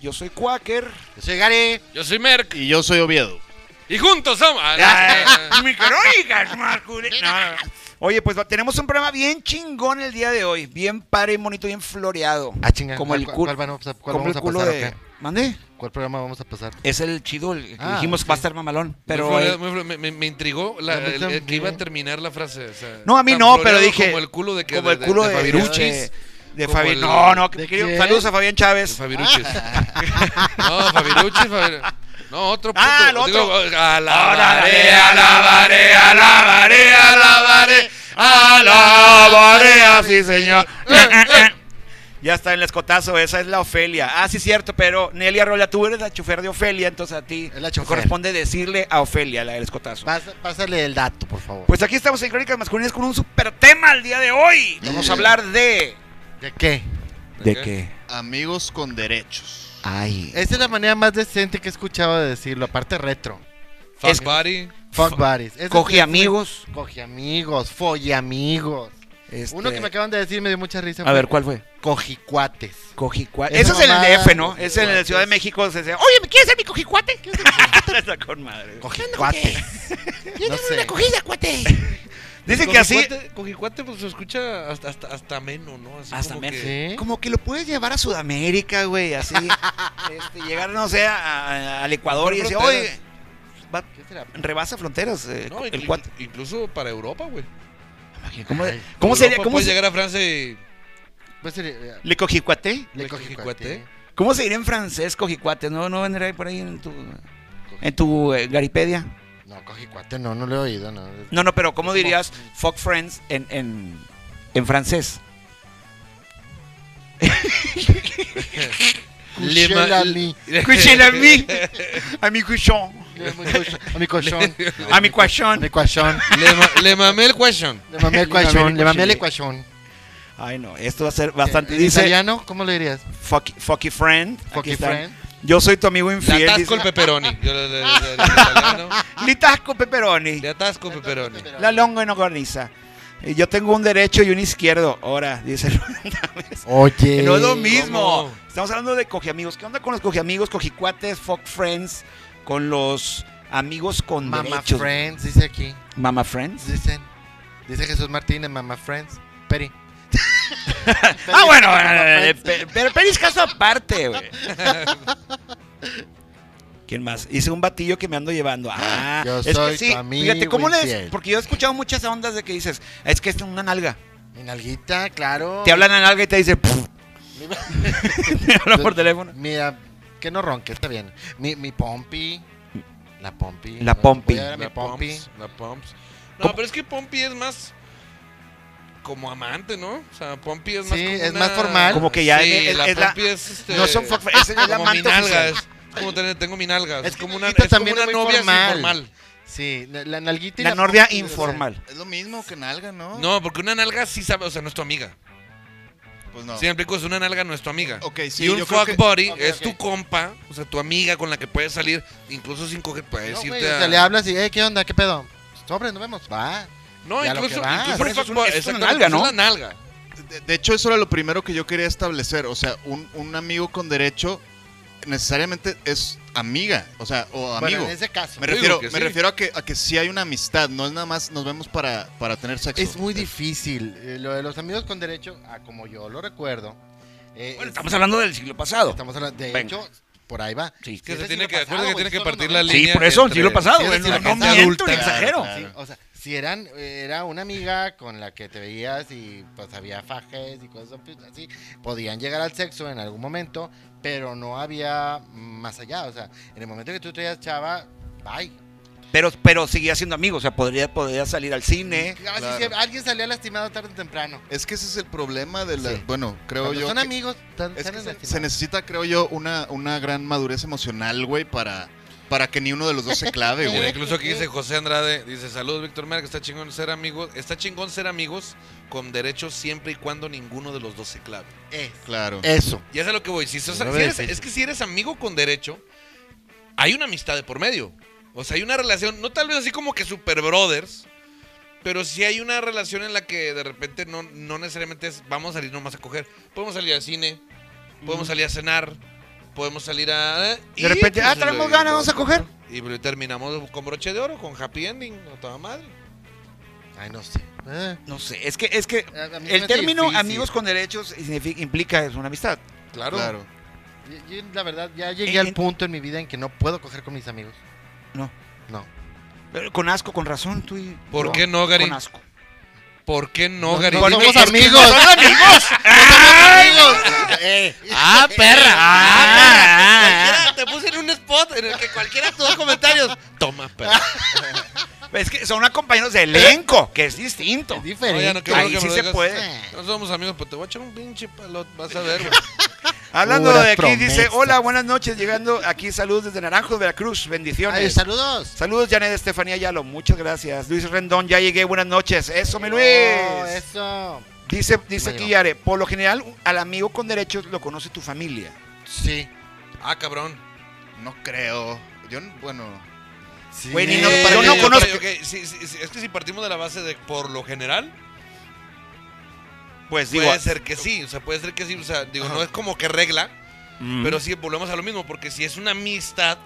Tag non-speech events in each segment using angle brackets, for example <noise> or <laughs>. Yo soy Quaker. Yo soy Gary. Yo soy Merck. Y yo soy Oviedo. Y juntos somos. Ah, <laughs> Ah. Microigas masculinas. Oye, pues tenemos un programa bien chingón el día de hoy. Bien padre, bien bonito, bien floreado. Ah, chinga. Como ¿Cuál- el cuál- culo. cuál vamos a- cuál como vamos el a culo pasar, de. o qué? ¿Mande? ¿Cuál programa vamos a pasar? Es el chido, el que Ah, dijimos ok. va a estar mamalón. Pero. Muy eh, floreado, muy flore- me, me- me intrigó la- Ya me el- el que cambié. iba a terminar la frase. o sea, No, a mí tan no, pero floreado dije- Como el culo de, que, como el culo de, Fabiruchis. de- de como Fabi. el- no, no. ¿de querido- quién? saludos a Fabián El Chávez. Fabiruchis. <laughs> no, Fabiruchis, Fabi- No, otro puto. Ah, el otro. Digo, Alabaré, alabaré, alabaré, alabaré, alabaré, alabaré, así señor. Ya está en el escotazo, esa es la Ofelia. Ah, sí, cierto, pero Nelia Rola, tú eres la chofer de Ofelia, entonces a ti Es la te chofer. corresponde decirle a Ofelia, la del escotazo. Pas- pásale el dato, por favor. Pues aquí estamos en Crónicas Masculinas con un super tema el día de hoy. Vamos a hablar de. ¿De qué? ¿De ¿De qué? Amigos con derechos. Ay. Esa es la manera más decente que he escuchado de decirlo, aparte retro. Es- Fuck buddy. Fuck buddies. Eso Coge sí, amigos. Coge amigos, folle amigos. este- Uno que me acaban de decir me dio mucha risa. A ver, ¿cuál fue? Cojicuates. Cojicuate. Esa Ese es el mamada, DF, ¿no? Es en la cojicuates. Ciudad de México. Se dice, Oye, ¿me quieres ser mi cojicuate? <laughs> <laughs> Está con madre. Cojicuates. <laughs> no sé. <laughs> Dicen que así. Cojicuate- Cojicuate, pues se escucha hasta, hasta, hasta ameno, ¿no? Así Hasta como ameno. que- Sí. Como que lo puedes llevar a Sudamérica, güey, <laughs> así. este, llegar, no sé, a- a- al Ecuador y decir, oye, Fronteras. va- rebasa fronteras eh, No, el inclu- cuate. incluso para Europa, güey. ¿Cómo, Ay, cómo Europa sería? ¿Cómo puedes se, llegar a Francia y. Pues sería- ¿Le cojicuate? Le Le cojicuate. cojicuate. ¿Cómo se diría en francés cojicuate? ¿No, no vendrá ahí por ahí en tu, en tu eh, Garipedia? No, cojicuate no, no lo he oído, no. No, no, pero ¿cómo dirías fuck friends en, en, en <laughs> francés? Le Cuchel ma- a mí. Cuchel a mí, a mi cuchón, A mi <laughs> cochón. a mi A cuachón. mi cuachón. Le, ma- le mamé el question. <laughs> Le mamé el cuachón. Le mamé el cuachón. Ay, no, esto va a ser bastante... Eh, ¿En Dice, italiano? ¿Cómo le dirías? fucky, fucky friend. aquí Fucky están. friend. Yo soy tu amigo Le infiel. atasco el dice. pepperoni. Yo le, le- le- le- le- italiano. Litasco pepperoni. Le atasco pepperoni. La longa no cornisa. Y Yo tengo un derecho y un izquierdo. Ahora, dice. Oye. no es lo mismo. ¿cómo? Estamos hablando de cogiamigos. ¿Qué onda con los cogiamigos, cogicuates, fuck friends? Con los amigos con Mama derechos. Friends, dice aquí. Mama friends. Dicen. Dice Jesús Martínez, Mama Friends. Peri. <laughs> Ah, bueno, <laughs> eh, pe- pero pelis caso aparte, güey. <laughs> ¿Quién más? Hice un batillo que me ando llevando. Ah, Yo es que soy sí, tu amigo Fíjate, ¿cómo les? infiel. Porque yo he escuchado muchas ondas de que dices, es que es una nalga. Mi nalguita, claro. Te hablan en algo y te dicen. <laughs> "Pff". te <laughs> hablan por teléfono. Mira, que no ronque, está bien. Mi, mi Pompi. La Pompi. La Voy a Pompi. ver a mi La Pompi. Pomps, La Pomps. No, ¿Cómo? pero es que Pompi es más como amante, ¿no? O sea, Pompi es Sí, más como es una- más formal. Como que ya Sí, es- es- la es la- Pompi es este, no son fuck friends, es la como amante mi nalga, oficial. es como tener, tengo mi nalga. Es Es que como una, Nalguita es como también una es muy novia así, formal. formal. Sí, la, la nalguita y La nordia Pompi, o sea, informal. Es lo mismo que nalga, Ah. ¿no? No, porque una nalga sí sabe, o sea, no es tu amiga. Pues no. Sí, me explico, es una nalga no es tu amiga. Ok, sí, y un yo creo fuck que- buddy Ok, es ok. tu compa, o sea, tu amiga con la que puedes salir, incluso sin coger, puedes No, irte güey, o a... sea, le hablas y, eh, ¿qué onda? ¿Qué pedo? Sobre, nos vemos. Va. No, Ya lo incluso, que vas. incluso Por un eso es fuck un- buddy, es una exactamente, nalga, es ¿no? la nalga. De, de hecho, eso era lo primero que yo quería establecer. O sea, un, un amigo con derecho necesariamente es amiga. O sea, o amigo. Bueno, en ese caso. Me Yo refiero, digo que me sí. refiero a que a que sí hay una amistad, no es nada más nos vemos para, para tener sexo. Es muy difícil. Eh, Lo de los amigos con derecho, a como yo lo recuerdo. eh, Bueno, es- estamos hablando del siglo pasado. estamos hablando- De Venga. hecho, por ahí va. Sí, Sí, Que se es tiene siglo que, acuérdate pasado, que güey, tiene que son partir los la noventas. línea. Sí, por eso, el entre- siglo pasado, sí, güey. es No, la no gente miento, adulta, ni exagero. claro. Sí, o sea, si eran, eh, era una amiga con la que te veías y pues había fajes y cosas así, podían llegar al sexo en algún momento, pero no había más allá. O sea, en el momento que tú traías chava, bye. Pero, pero seguía siendo amigo, o sea, podría, podría salir al cine. Ah, sí, Claro. sí, alguien salía lastimado tarde o temprano. Es que ese es el problema de la. Sí. Bueno, creo Cuando yo. son que- amigos, tan- es tan que se, lastimados. se necesita, creo yo, una, una gran madurez emocional, güey, para, para que ni uno de los dos se clave, <laughs> Mira, güey. incluso aquí dice José Andrade, dice, saludos Víctor Mera, que está chingón ser amigos, está chingón ser amigos con derechos siempre y cuando ninguno de los dos se clave. Es- Claro. Eso. Y eso es lo que voy, si, sos- Pero si eres- difícil. es que si eres amigo con derecho, hay una amistad de por medio. O sea, hay una relación, no tal vez así como que super brothers, pero sí hay una relación en la que de repente no, no necesariamente es, vamos a salir nomás a coger, podemos salir al cine, podemos salir a cenar, podemos salir a... y, De repente, pues, ah, traemos ganas, vamos a coger. Y pues, terminamos con broche de oro, con happy ending, a toda madre. Ay, no sé. Eh, No sé, es que, es que a- a mí se me el hace término difícil. amigos con derechos significa- implica es una amistad. Claro. Claro. Yo- yo, la verdad, ya llegué En- al en- punto en mi vida en que no puedo coger con mis amigos. No. No. Pero con asco, con razón, tú y- ¿Por no, qué no, Gary? Con asco. ¿Por qué no, Gary? No somos es que amigos. no son amigos. Eh, ¡Ah, perra! Ah, Cualquiera- te puse en un spot en el que cualquiera de tus comentarios. Toma, perra. Ah, ah. Es que son compañeros de elenco, que es distinto. es diferente. Oye, no, qué bueno Ahí que sí me lo se digas. puede. No somos amigos, pero te voy a echar un pinche palot, vas a <laughs> ver. güey. Hablando Puras de aquí, dice, promesas. hola, buenas noches, llegando aquí, saludos desde Naranjos, Veracruz, bendiciones. Ay, saludos. Saludos, Janet Estefanía Yalo, muchas gracias. Luis Rendón, ya llegué, buenas noches. Eso, mi Luis. Oh, eso. Dice, dice Me llegó. aquí, Yare, por lo general, al amigo con derechos lo conoce tu familia. Sí. Ah, cabrón. No creo. Yo, n- bueno. sí. Güey, ni Eh, no- ok, yo no ok, conozco- ok, sí, sí, sí, es que si partimos de la base de por lo general, Pues digo, puede ser que sí. O sea, puede ser que sí. O sea, digo, no es como que regla, mm, pero sí volvemos a lo mismo. Porque si es una amistad,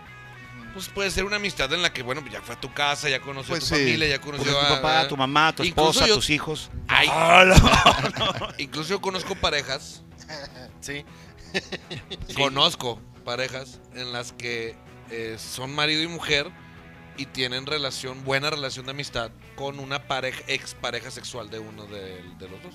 pues puede ser una amistad en la que, bueno, pues, ya fue a tu casa, ya conoció Pues a tu sí. familia, ya pues, conoció tu a papá, tu mamá, tu Incluso esposa, yo- tus hijos. Ay. Hola. Incluso yo conozco parejas Sí. Conozco parejas en las que eh, son marido y mujer y tienen relación, buena relación de amistad con una pareja, expareja sexual de uno de, de los dos.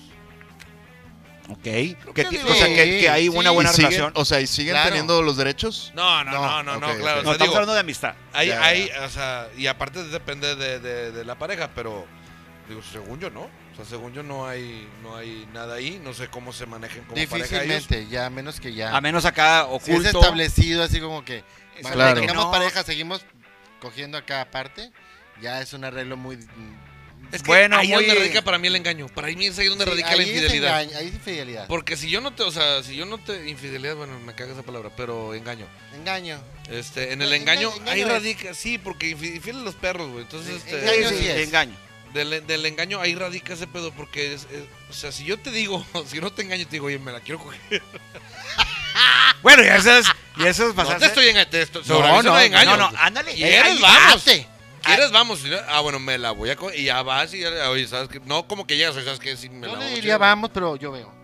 <laughs> Ok. que Que ti- sí. o sea, que, que hay Sí, una buena ¿Y siguen- relación. O sea, ¿y siguen Claro. teniendo los derechos? No, no, no, No, no, no, claro. ok, No, ok. o sea, estamos digo, hablando de amistad. hay, Ya, hay, o sea, y aparte depende de, de- de la pareja, pero digo, según yo no. O sea, según yo no hay, no hay nada ahí. No sé cómo se manejen como pareja ellos. Difícilmente, ya a menos que ya. A menos acá si es oculto. establecido así como que. Exacto. Claro. Claro. Tengamos No. pareja, seguimos cogiendo acá aparte. Ya es un arreglo muy. Es que Bueno, ahí es muy- donde radica para mí el engaño. Para mí es ahí donde Sí, radica ahí la es infidelidad. engaño, ahí es infidelidad. Porque si yo no te, o sea, si yo no te infidelidad, bueno, me caga esa palabra, pero engaño. Engaño. Este, en el Enga- engaño, engaño ahí es. radica, sí, porque infi- infieles los perros, güey. Entonces, Sí, este, Sí, Engaño sí, sí es. engaño. del, del engaño ahí radica ese pedo porque es, es- o sea, si yo te digo, <laughs> si yo no te engaño, te digo, "Oye, me la quiero coger." Bueno, y eso es, y eso es No pasarse. te estoy engañando, te estoy, No, sobre aviso no, no, hay engaño. no, no, ándale. ¿Quieres? Ahí- vamos. Hazte. ¿Quieres? Vamos. Y yo, Ah, bueno, me la voy a coger y ya vas y ya, oye, sabes que no como que llegas, oye, sabes que si me Yo la le voy a diría coger. vamos, pero yo veo.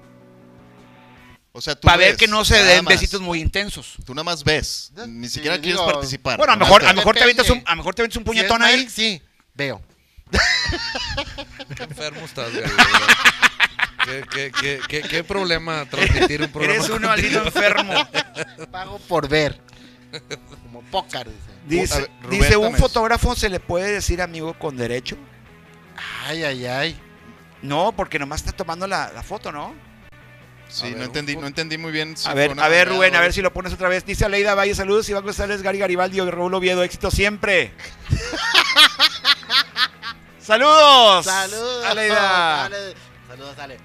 O sea, tú Para ver ves, que no se nada den más. besitos muy intensos. Tú nada más ves. Ni Sí, siquiera quieres digo, participar. Bueno, a lo Nomás mejor, a ves. lo mejor te Depende. avientas un, a lo mejor te avientas un Si es puñetón mal, ahí. Sí, veo. Qué enfermo estás, güey, de verdad. <laughs> ¿Qué, qué, qué, qué, qué problema transmitir un programa? Eres un contigo? maldito enfermo. Pago por ver. Como pócar, dice. A Dice, ver, Rubén dice un Tamés. fotógrafo se le puede decir amigo con derecho. Ay, ay, ay. No, porque nomás está tomando la, la foto, ¿no? A Sí, ver, no entendí, un- no entendí muy bien. si a fue ver, una a ver, mamada Rubén, o- a ver si lo pones otra vez. Dice Aleida Valle, saludos, Iván González, Gary Garibaldi, Raúl Oviedo, éxito siempre. ¡Saludos! Saludos. Aleida. Ale. Saludos, Ale.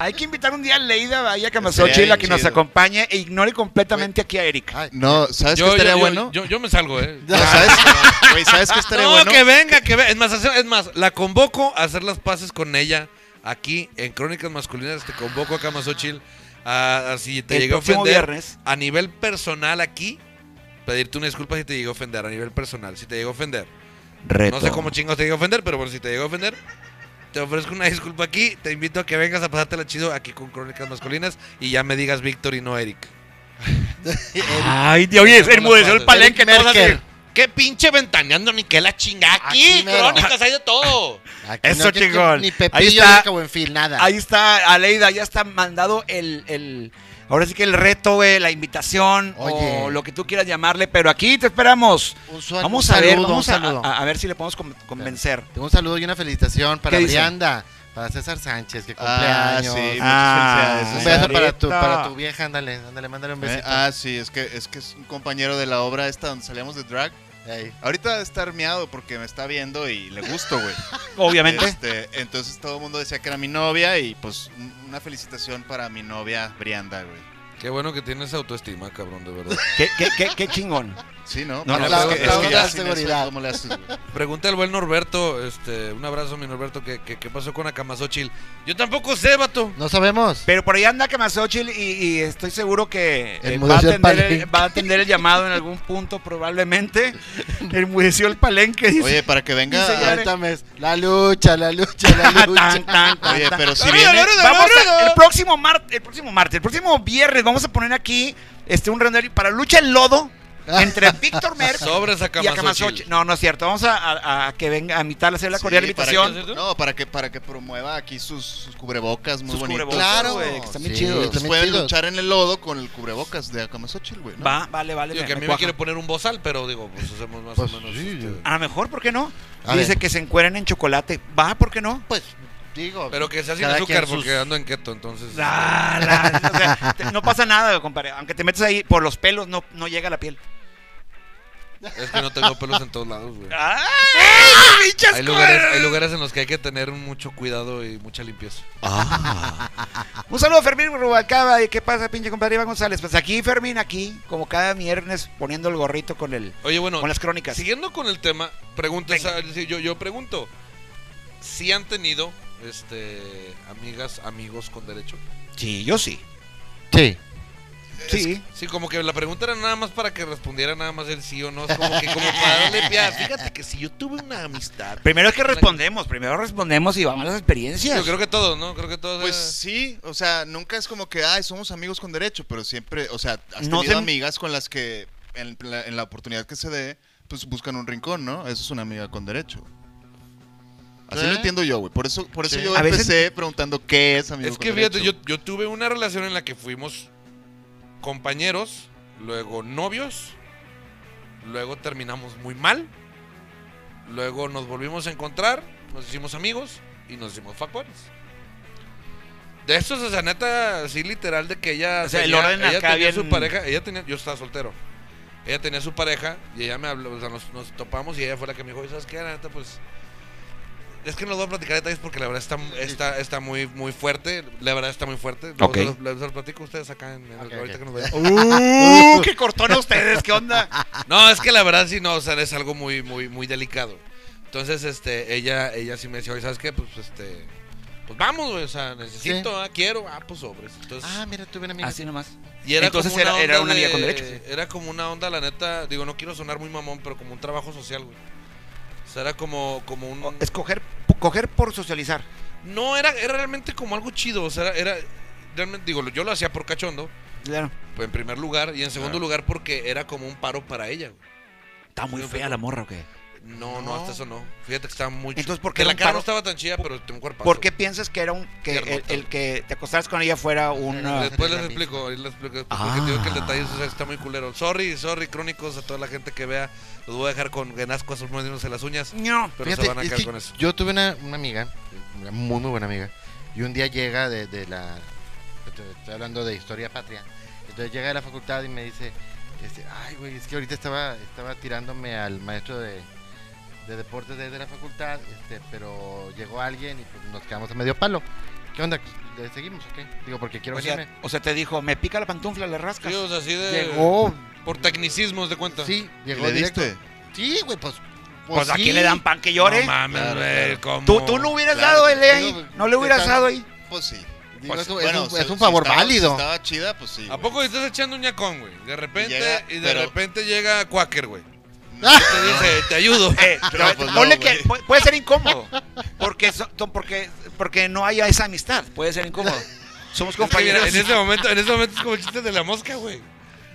Hay que invitar un día a Leida Bahía Estaría Camasochi, bien la que nos chido. acompañe e ignore completamente aquí a Erika. Ay, No, ¿sabes qué Yo, estaría yo- yo- bueno? Yo, yo me salgo, ¿eh? <laughs> No, ¿sabes? Güey, ¿sabes qué estaría no, bueno? que venga, que venga. Es más, hace- es más, la convoco a hacer las paces con ella aquí en Crónicas Masculinas. Te convoco a Camasochil. A, a si te el llegué a próximo ofender. viernes. A nivel personal aquí, pedirte una disculpa si te llegué a ofender. A nivel personal, si te llegué a ofender. Reto. No sé cómo chingos te llegué a ofender, pero bueno, si te llegué a ofender, te ofrezco una disculpa aquí. Te invito a que vengas a pasártela chido aquí con Crónicas Masculinas y ya me digas Víctor y no Eric. Ay, Dios, oye, se enmudeció el palenque. Eric todos así. Merker. ¿Qué pinche ventaneando ni qué la chinga? Aquí, Aquí mero. Crónicas, hay de todo. Aquí Eso, tiene chingón. Ni Ahí Pepillo, está. ni Cabuenfil, nada. Ahí está Aleida, ya está mandado el, el- Ahora sí que el reto, güey, la invitación Oye. o lo que tú quieras llamarle, pero aquí te esperamos. Un su- Vamos un a ver, saludo, vamos un a, saludo. a- a ver si le podemos con- convencer. Tengo un saludo y una felicitación para ¿Qué dice? Brianda, para César Sánchez, que Ah, cumpleaños. sí, muchas Ah, felicidades. Un César. beso para tu, Sarita. para tu vieja, ándale, ándale, mándale un Eh, besito. ah, sí, es que, es que es un compañero de la obra esta donde salíamos de drag. Ey. Ahorita está armeado porque me está viendo y le gusto, güey. Obviamente. Este, entonces todo el mundo decía que era mi novia y pues un- una felicitación para mi novia Brianda, güey. Qué bueno que tienes autoestima, cabrón, de verdad. Qué, qué- qué- qué chingón. Sí, ¿no? No, Para la- los que- la- es que la- ya la sin eso, seguridad. ¿Cómo le haces, güey? Pregunta al buen Norberto, este, un abrazo mi Norberto, ¿qué, qué, qué pasó con Akamazochil? Yo tampoco sé, vato. No sabemos. Pero por ahí anda Camasochil y, y estoy seguro que El eh, va, a Mudeció el atender el, Palenque. va a atender el llamado en algún punto, probablemente. <laughs> El mudeció el palenque. dice. Oye, para que venga. Dice ya- Ahorita me- La lucha, la lucha, la <laughs> Tan, lucha. tan, tan, Oye, tan. pero si Rudo, viene- rudo, Vamos a- el próximo martes, el próximo martes, el próximo viernes vamos a poner aquí este un render para lucha el lodo entre Víctor Merck Sobres y Akamazochil. Akamazochil. No, no es cierto. Vamos a, a- a que venga a mitad hacer la Sí, cordial para que- invitación. no, para que, para que promueva aquí sus, sus cubrebocas muy Sus bonitos. cubrebocas, claro. güey, que están bien sí, chidos. están bien pueden chidos. luchar en el lodo con el cubrebocas de Akamazochil, güey. ¿no? Va, vale, vale. Digo, me- que a mí me me cuaja. quiere poner un bozal, pero digo, pues hacemos más Pues, o menos. sí, este, yo- A lo mejor, ¿por qué no? A Dice ver. que se encueren en chocolate. Va, ¿por qué no? Pues, digo. Pero que sea sin cada azúcar, quien sus- porque ando en keto, entonces. La, la, o sea, te- no pasa nada, compadre. Aunque te metes ahí por los pelos, no, no llega la piel. Es que no tengo pelos en todos <laughs> lados, güey. ¡Ay, ¡Ah! Hay lugares, hay lugares en los que hay que tener mucho cuidado y mucha limpieza. Un saludo a Fermín Rubalcaba. ¿Y qué pasa, pinche compadre Iván González? Pues aquí, Fermín, aquí, como cada viernes, poniendo el gorrito con el Oye, bueno, con las crónicas. siguiendo con el tema, pregunta, o sea, sí, yo, yo pregunto, si han tenido este amigas, amigos con derecho? Sí, yo sí. Sí. Sí. Sí, como que la pregunta era nada más para que respondiera nada más el sí o no, es como que como para darle pie. Fíjate que si yo tuve una amistad. Primero es que respondemos, primero respondemos y vamos a las experiencias. Yo creo que todos, ¿no? Creo que todos. Pues eh, sí, o sea, nunca es como que, ay, somos amigos con derecho, pero siempre, o sea, has No tenido se- amigas con las que en la, en la oportunidad que se dé, pues buscan un rincón, ¿no? Eso es una amiga con derecho. Así Sí. lo entiendo yo, güey. Por eso, por eso Sí. yo A veces- empecé preguntando qué es amigo Es con que derecho. fíjate, yo, yo tuve una relación en la que fuimos compañeros, luego novios, luego terminamos muy mal, luego nos volvimos a encontrar, nos hicimos amigos y nos hicimos fuckboys. De estos, o sea, neta, así literal de que ella... O sea, el tenía- orden ella acá tenía bien- su pareja, ella tenía... Yo estaba soltero. Ella tenía su pareja y ella me habló, o sea, nos, nos topamos y ella fue la que me dijo, "Oye, ¿sabes qué? La neta, pues... Es que no les voy a platicar detalles porque la verdad está, está, está muy, muy fuerte. La verdad está muy fuerte. Luego Ok. se los- los- se los platico a ustedes acá en, en el- Ok, ahorita ok. que nos vean. ¡Uh! <laughs> ¡Qué cortón a ustedes! ¿Qué <laughs> onda? No, es que la verdad sí, no, o sea, es algo muy, muy, muy delicado. Entonces, este, ella, ella sí me decía, oye, ¿sabes qué? Pues, este, pues vamos, güey, o sea, necesito, ah, quiero, ah, pues sobres. Entonces, Ah, mira, tuve una amiga. Así nomás. y era entonces como una era- era onda una amiga con de- derechos, sí. Era como una onda, la neta, digo, no quiero sonar muy mamón, pero como un trabajo social, güey. O sea, era como, como un... Escoger coger por socializar. No, era, era realmente como algo chido, o sea, era, era- realmente, digo, yo lo hacía por cachondo, Claro. pues, en primer lugar, y en segundo lugar porque era como un paro para ella, güey. Está muy fea la morra, ¿o qué? No, no, No. hasta eso no. Fíjate que estaba muy chula. Entonces, ¿por qué era De la un cara paro? no estaba tan chida, pero tenía un cuerpazo. Ah, ¿Por qué piensas que era un que Qué el, hermoso. el que te acostaras con ella fuera ah, una Después les Era la explico, ahí les explico. después, Ah. Porque te digo que el detalle o sea, está muy culero. Sorry, sorry, crónicos, a toda la gente que vea. Los voy a dejar con ganasco a sus en las uñas. No. Pero Fíjate, se van a es quedar que con eso. Yo tuve una, una amiga, una muy, muy buena amiga, y un día llega de, de la. estoy- Estoy hablando de historia patria. Entonces llega de la facultad y me dice: este, Ay, güey, es que ahorita estaba, estaba tirándome al maestro de, de deportes de, de la facultad, este, pero llegó alguien y pues, nos quedamos a medio palo. ¿Qué onda? Pues, ¿Le seguimos o qué? Digo, porque quiero O irme. sea, o sea, te dijo, me pica la pantufla, le rascas. Sí, o sea, así de. Llegó. Por tecnicismos de cuenta. Sí, ¿Y llegó le directo. diste? Sí, güey, pues. Pues aquí sí. le dan pan que llore. No mames, Claro, güey, claro. ¿cómo? tú, tú no hubieras Claro, dado, L ahí. digo, No le hubieras están- dado ahí. Pues sí. Digo, Pues, es un- bueno, es un, es si- un si favor estaba- si válido. estaba chida, pues sí. ¿A güey. poco te estás echando un ñacón, güey? De repente, y, Y llega, de pero- repente llega <laughs> Quaker, güey. No, Te dice, te ayudo. Eh, No, pero pues no, ponle güey. que pu- puede ser incómodo. Porque, so- to- porque, porque no haya esa amistad. Puede ser incómodo. Somos Es que mira, compañeros. en ese momento, en ese momento es como el chiste de la mosca, güey.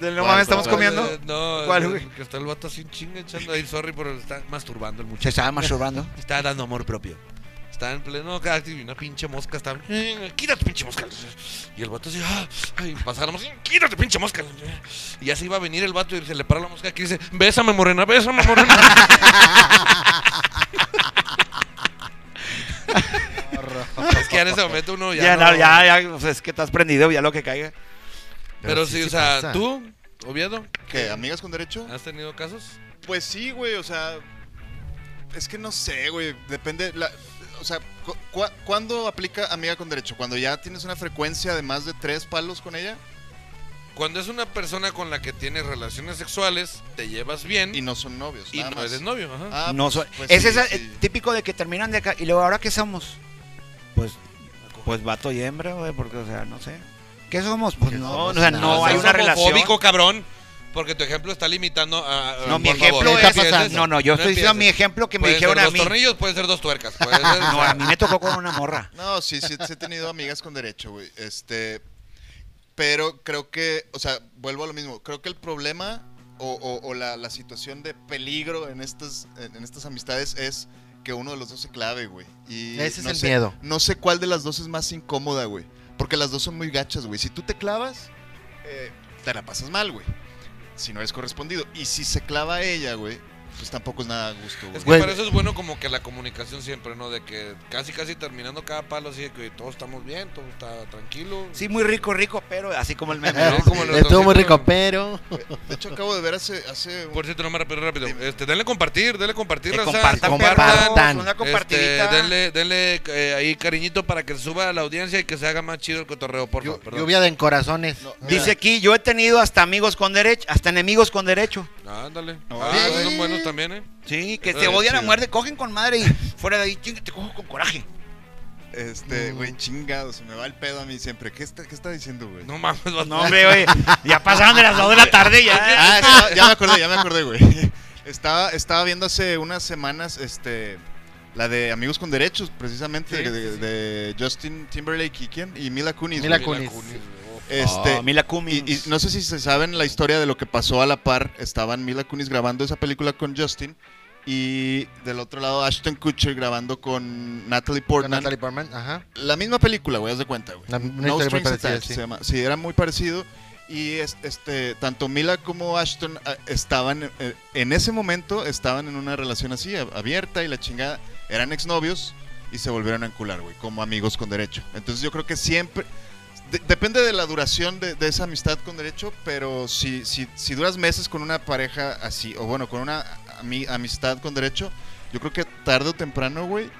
Del no mames, estamos ¿Cuál, comiendo. Eh, No, ¿Cuál, eh, güey? que está el vato así en chinga echando ahí, sorry, pero está masturbando el Se muchacho. estaba masturbando. Está dando amor propio. Está en pleno cactus y una pinche mosca está. "Eh, Quítate, pinche mosca. Y el vato así, ah, ay, pasa la mosca, quítate, pinche mosca. Y ya se iba a venir el vato y se le para la mosca aquí y dice, bésame, morena, bésame, morena. es que en ese momento uno ya. Ya, no- no, ya, ya. pues es que estás prendido, ya lo que caiga. Pero sí, o sea, pasa. tú, Oviedo, ¿Qué? ¿Amigas con derecho? ¿has tenido casos? Pues sí, güey, o sea. Es que no sé, güey. Depende. la- o sea, cu- cua- ¿cuándo aplica amiga con derecho? ¿Cuando ya tienes una frecuencia de más de tres palos con ella? Cuando es una persona con la que tienes relaciones sexuales, te llevas bien Y y, no son novios. nada no más. eres novio. ajá. Ah, no pues- soy- pues es sí, esa- sí. el típico de que terminan de acá y luego ahora qué somos. Pues pues vato y hembra, güey, porque o sea, no sé. ¿Qué somos? Pues ¿Qué no, somos? o sea, No, no, o sea, hay una relación. Homofóbico, cabrón. Porque tu ejemplo está limitando a. a- No, mi por favor, ejemplo no es, empieces. no, no, yo estoy diciendo mi empieces. ejemplo que me Pueden ser dijeron a dos mí. tornillos, pueden ser dos tuercas. <laughs> pueden ser- No, a mí me tocó con una morra. No, sí, sí, sí he tenido amigas con derecho, güey. Este, pero creo que, o sea, vuelvo a lo mismo. Creo que el problema o, o- o la, la situación de peligro en estas, en, en estas amistades es que uno de los dos se clave, güey. Y Ese es no el sé- miedo. No sé cuál de las dos es más incómoda, güey. Porque las dos son muy gachas, güey. Si tú te clavas, eh, te la pasas mal, güey. Si no eres correspondido. Y si se clava ella, güey, pues tampoco es nada a gusto, güey. Es que Güey. para eso es bueno como que la comunicación siempre, ¿no? De que casi casi terminando cada palo así de que "Oye, todos estamos bien, todo está tranquilo. Sí, muy rico, rico, pero así como el <laughs> meme. Eh, ¿no? como los Estuvo muy doscientos- rico, pero. De hecho, acabo de ver hace, hace un- Por cierto, nomás rápido, rápido. Este, denle compartir, denle compartir, Que raza. compartan, compartan. perros, una Este, compartidita. denle denle eh, ahí cariñito para que suba a la audiencia y que se haga más chido el cotorreo, por favor. perdón. Lluvia de encorazones. No, mira, Dice aquí, yo he tenido hasta amigos con derecho, hasta enemigos con derecho. Ándale. No, ah, sí. son buenos también, ¿eh? Sí, que Eso te es odian a chido. muerte, cogen con madre y fuera de ahí, chinga, te cojo con coraje. Este, güey, chingado, se me va el pedo a mí siempre. ¿Qué está, qué está diciendo, güey? No mames, vas- Pues No, hombre, oye, ya pasaron de las 2 de la tarde ya. Ah, estaba- ya me acordé, ya me acordé, güey. <laughs> Estaba, estaba viendo hace unas semanas, este, la de Amigos con Derechos, precisamente, Sí, de, de Justin Timberlake y quién, y Mila Kunis. Mila güey. Kunis. güey. Este, Oh, Mila Kunis. y, y no sé si se saben la historia de lo que pasó a la par. Estaban Mila Kunis grabando esa película con Justin y del otro lado Ashton Kutcher grabando con Natalie Con Portman. Natalie Portman, ajá. la misma película, güey, haz de cuenta, güey. La- una no historia muy Strings parecida, Attached sí. se llama. Sí, era muy parecido. Y es- este, tanto Mila como Ashton ah, estaban, eh, en ese momento, estaban en una relación así, ab- abierta y la chingada. Eran exnovios y se volvieron a encular, güey, como amigos con derecho. Entonces yo creo que siempre... de- depende de la duración de, de esa amistad con derecho, pero si, si, si duras meses con una pareja así, o bueno, con una ami- amistad con derecho, yo creo que tarde o temprano, güey,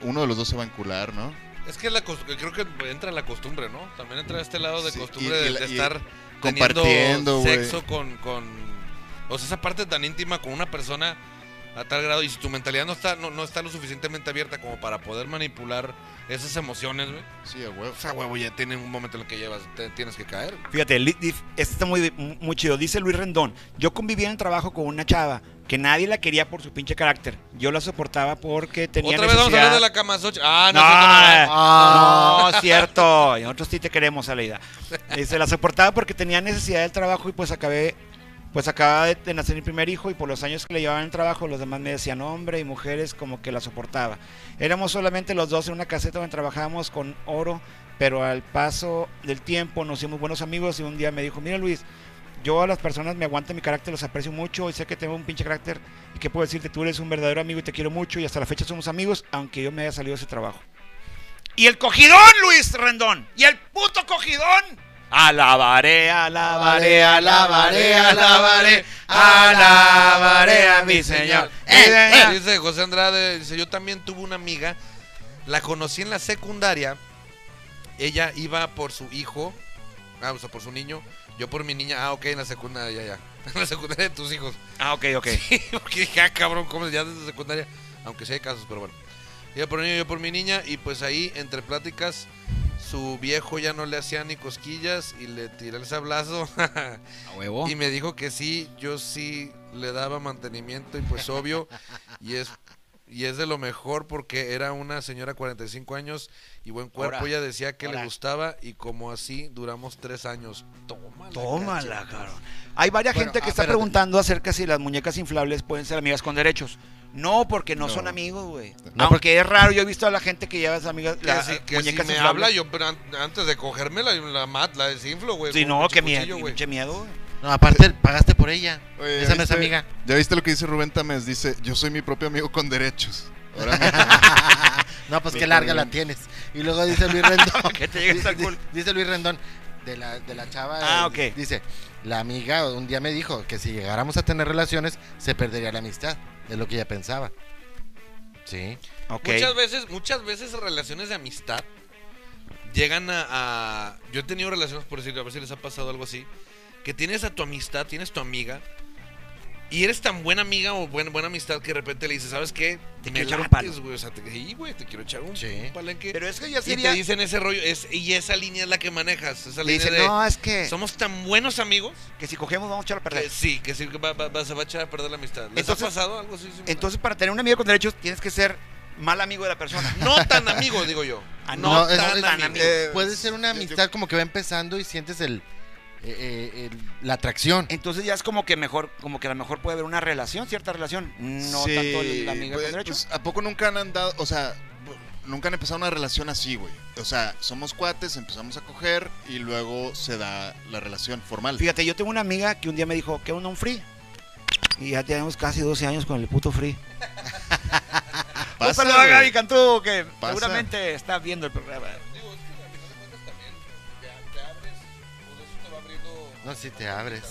uno de los dos se va a encular, ¿no? Es que la cos- creo que entra la costumbre, ¿no? También entra este lado de Sí, costumbre y- y de, la- de y estar compartiendo, teniendo güey. sexo con, con o sea, esa parte tan íntima con una persona a tal grado y si tu mentalidad no está no, no está lo suficientemente abierta como para poder manipular esas emociones, güey. Sí, a huevo. O sea, huevo, ya tiene un momento en el que llevas, te- tienes que caer. güey. Fíjate, li- dif- este está muy, muy chido. Dice Luis Rendón, yo convivía en el trabajo con una chava que nadie la quería por su pinche carácter. Yo la soportaba porque tenía Otra vez vamos a hablar necesidad- de la cama socha. Ah, no, No, eh. no, no, no. no, cierto. Y nosotros sí te queremos, Aleida. Eh, Se la soportaba porque tenía necesidad del trabajo y pues acabé, pues acababa de, de nacer mi primer hijo y por los años que le llevaban el trabajo, los demás me decían hombre y mujeres como que la soportaba. Éramos solamente los dos en una caseta donde trabajábamos con oro, pero al paso del tiempo nos hicimos buenos amigos y un día me dijo, mira Luis, yo a las personas me aguanto mi carácter, los aprecio mucho y sé que tengo un pinche carácter y que puedo decirte, tú eres un verdadero amigo y te quiero mucho y hasta la fecha somos amigos, aunque yo me haya salido de ese trabajo. Y el cogidón, Luis Rendón. Y el puto cogidón. Alabaré, alabaré, alabaré, alabaré, alabaré a mi señor. Eh, eh. Dice José Andrade, dice, yo también tuve una amiga, la conocí en la secundaria, ella iba por su hijo, ah, o sea, por su niño, yo por mi niña, ah, ok, en la secundaria, ya, ya, <laughs> en la secundaria de tus hijos. Ah, ok, <laughs> ok. Porque dije, ah, cabrón, ¿cómo ya desde secundaria? Aunque sí hay casos, pero bueno. Ella por mi niño, yo por mi niña, y pues ahí, entre pláticas, su viejo ya no le hacía ni cosquillas y le tiré <laughs> el sablazo. <laughs> A huevo. Y me dijo que sí, yo sí le daba mantenimiento y pues obvio, <laughs> y es y es de lo mejor porque era una señora 45 años y buen cuerpo, Ahora, ella decía que ahora. le gustaba y como así duramos tres años. Tómala. Tómala, cacho. cabrón. Hay varias Bueno, gente que ah, está espérate. preguntando acerca si las muñecas inflables pueden ser amigas con derechos. No, porque no, son amigos, güey. No, Aunque es raro, yo he visto a la gente que lleva las amigas, Que las si, que si muñecas me inflables. habla yo, pero an- antes de cogérmela, yo la mat, la desinflo, güey. Sí, con no, un qué cuchillo, miedo, güey. pinche miedo, güey. No, aparte, pagaste por ella. Oye, ¿ya Esa no es viste- amiga. Este, ¿Ya viste lo que dice Rubén Tamés? Dice, yo soy mi propio amigo con derechos. <laughs> Ahora me- <laughs> No, pues qué larga la tienes. Y luego dice Luis Rendón. Que te llegue hasta el dice- culo. Dice Luis Rendón, de la, de la chava. Ah, eh, ok. Dice, la amiga un día me dijo que si llegáramos a tener relaciones, se perdería la amistad. Es lo que ella pensaba. Sí. Ok. Muchas veces, muchas veces relaciones de amistad llegan a, a- Yo he tenido relaciones, por decir, a ver si les ha pasado algo así, que tienes a tu amistad, tienes tu amiga, y eres tan buena amiga o buen- buena amistad que de repente le dices, ¿sabes qué? Te Me quiero echar un lates, palo". güey, o sea, te, "Sí, güey, te quiero echar un, Sí. un palenque. Pero es que ya y te sería. dicen ese rollo, es, y esa línea es la que manejas, esa Le línea dicen, de... no, es que, Somos tan buenos amigos que si cogemos vamos a echar a que perder. sí, que sí, que va, va- va- se va a echar a perder la amistad. ¿Les Entonces- ha pasado algo así? similar? Entonces, para tener un amigo con derechos, tienes que ser mal amigo de la <laughs> persona. No tan amigo, digo yo. Ah, no, no, es- tan, es- amigo. amigo. Eh, Puede ser una yo- yo- amistad como que va empezando y sientes el, eh, eh, el- la atracción. Entonces ya es como que mejor, como que a lo mejor puede haber una relación, cierta relación. No Sí, tanto la amiga pues, con derechos. pues, ¿A poco nunca han andado, o sea, bu- nunca han empezado una relación así, güey? O sea, somos cuates, empezamos a coger y luego se da la relación formal. Fíjate, yo tengo una amiga que un día me dijo, ¿qué onda un free? Y ya tenemos casi 12 años con el puto free. Pasa, un saludo a güey. Gaby Cantú, que Pasa. seguramente está viendo el programa. Digo, es que a final de cuentas también te, te abres, pues eso te va abriendo No, si te <laughs> abres.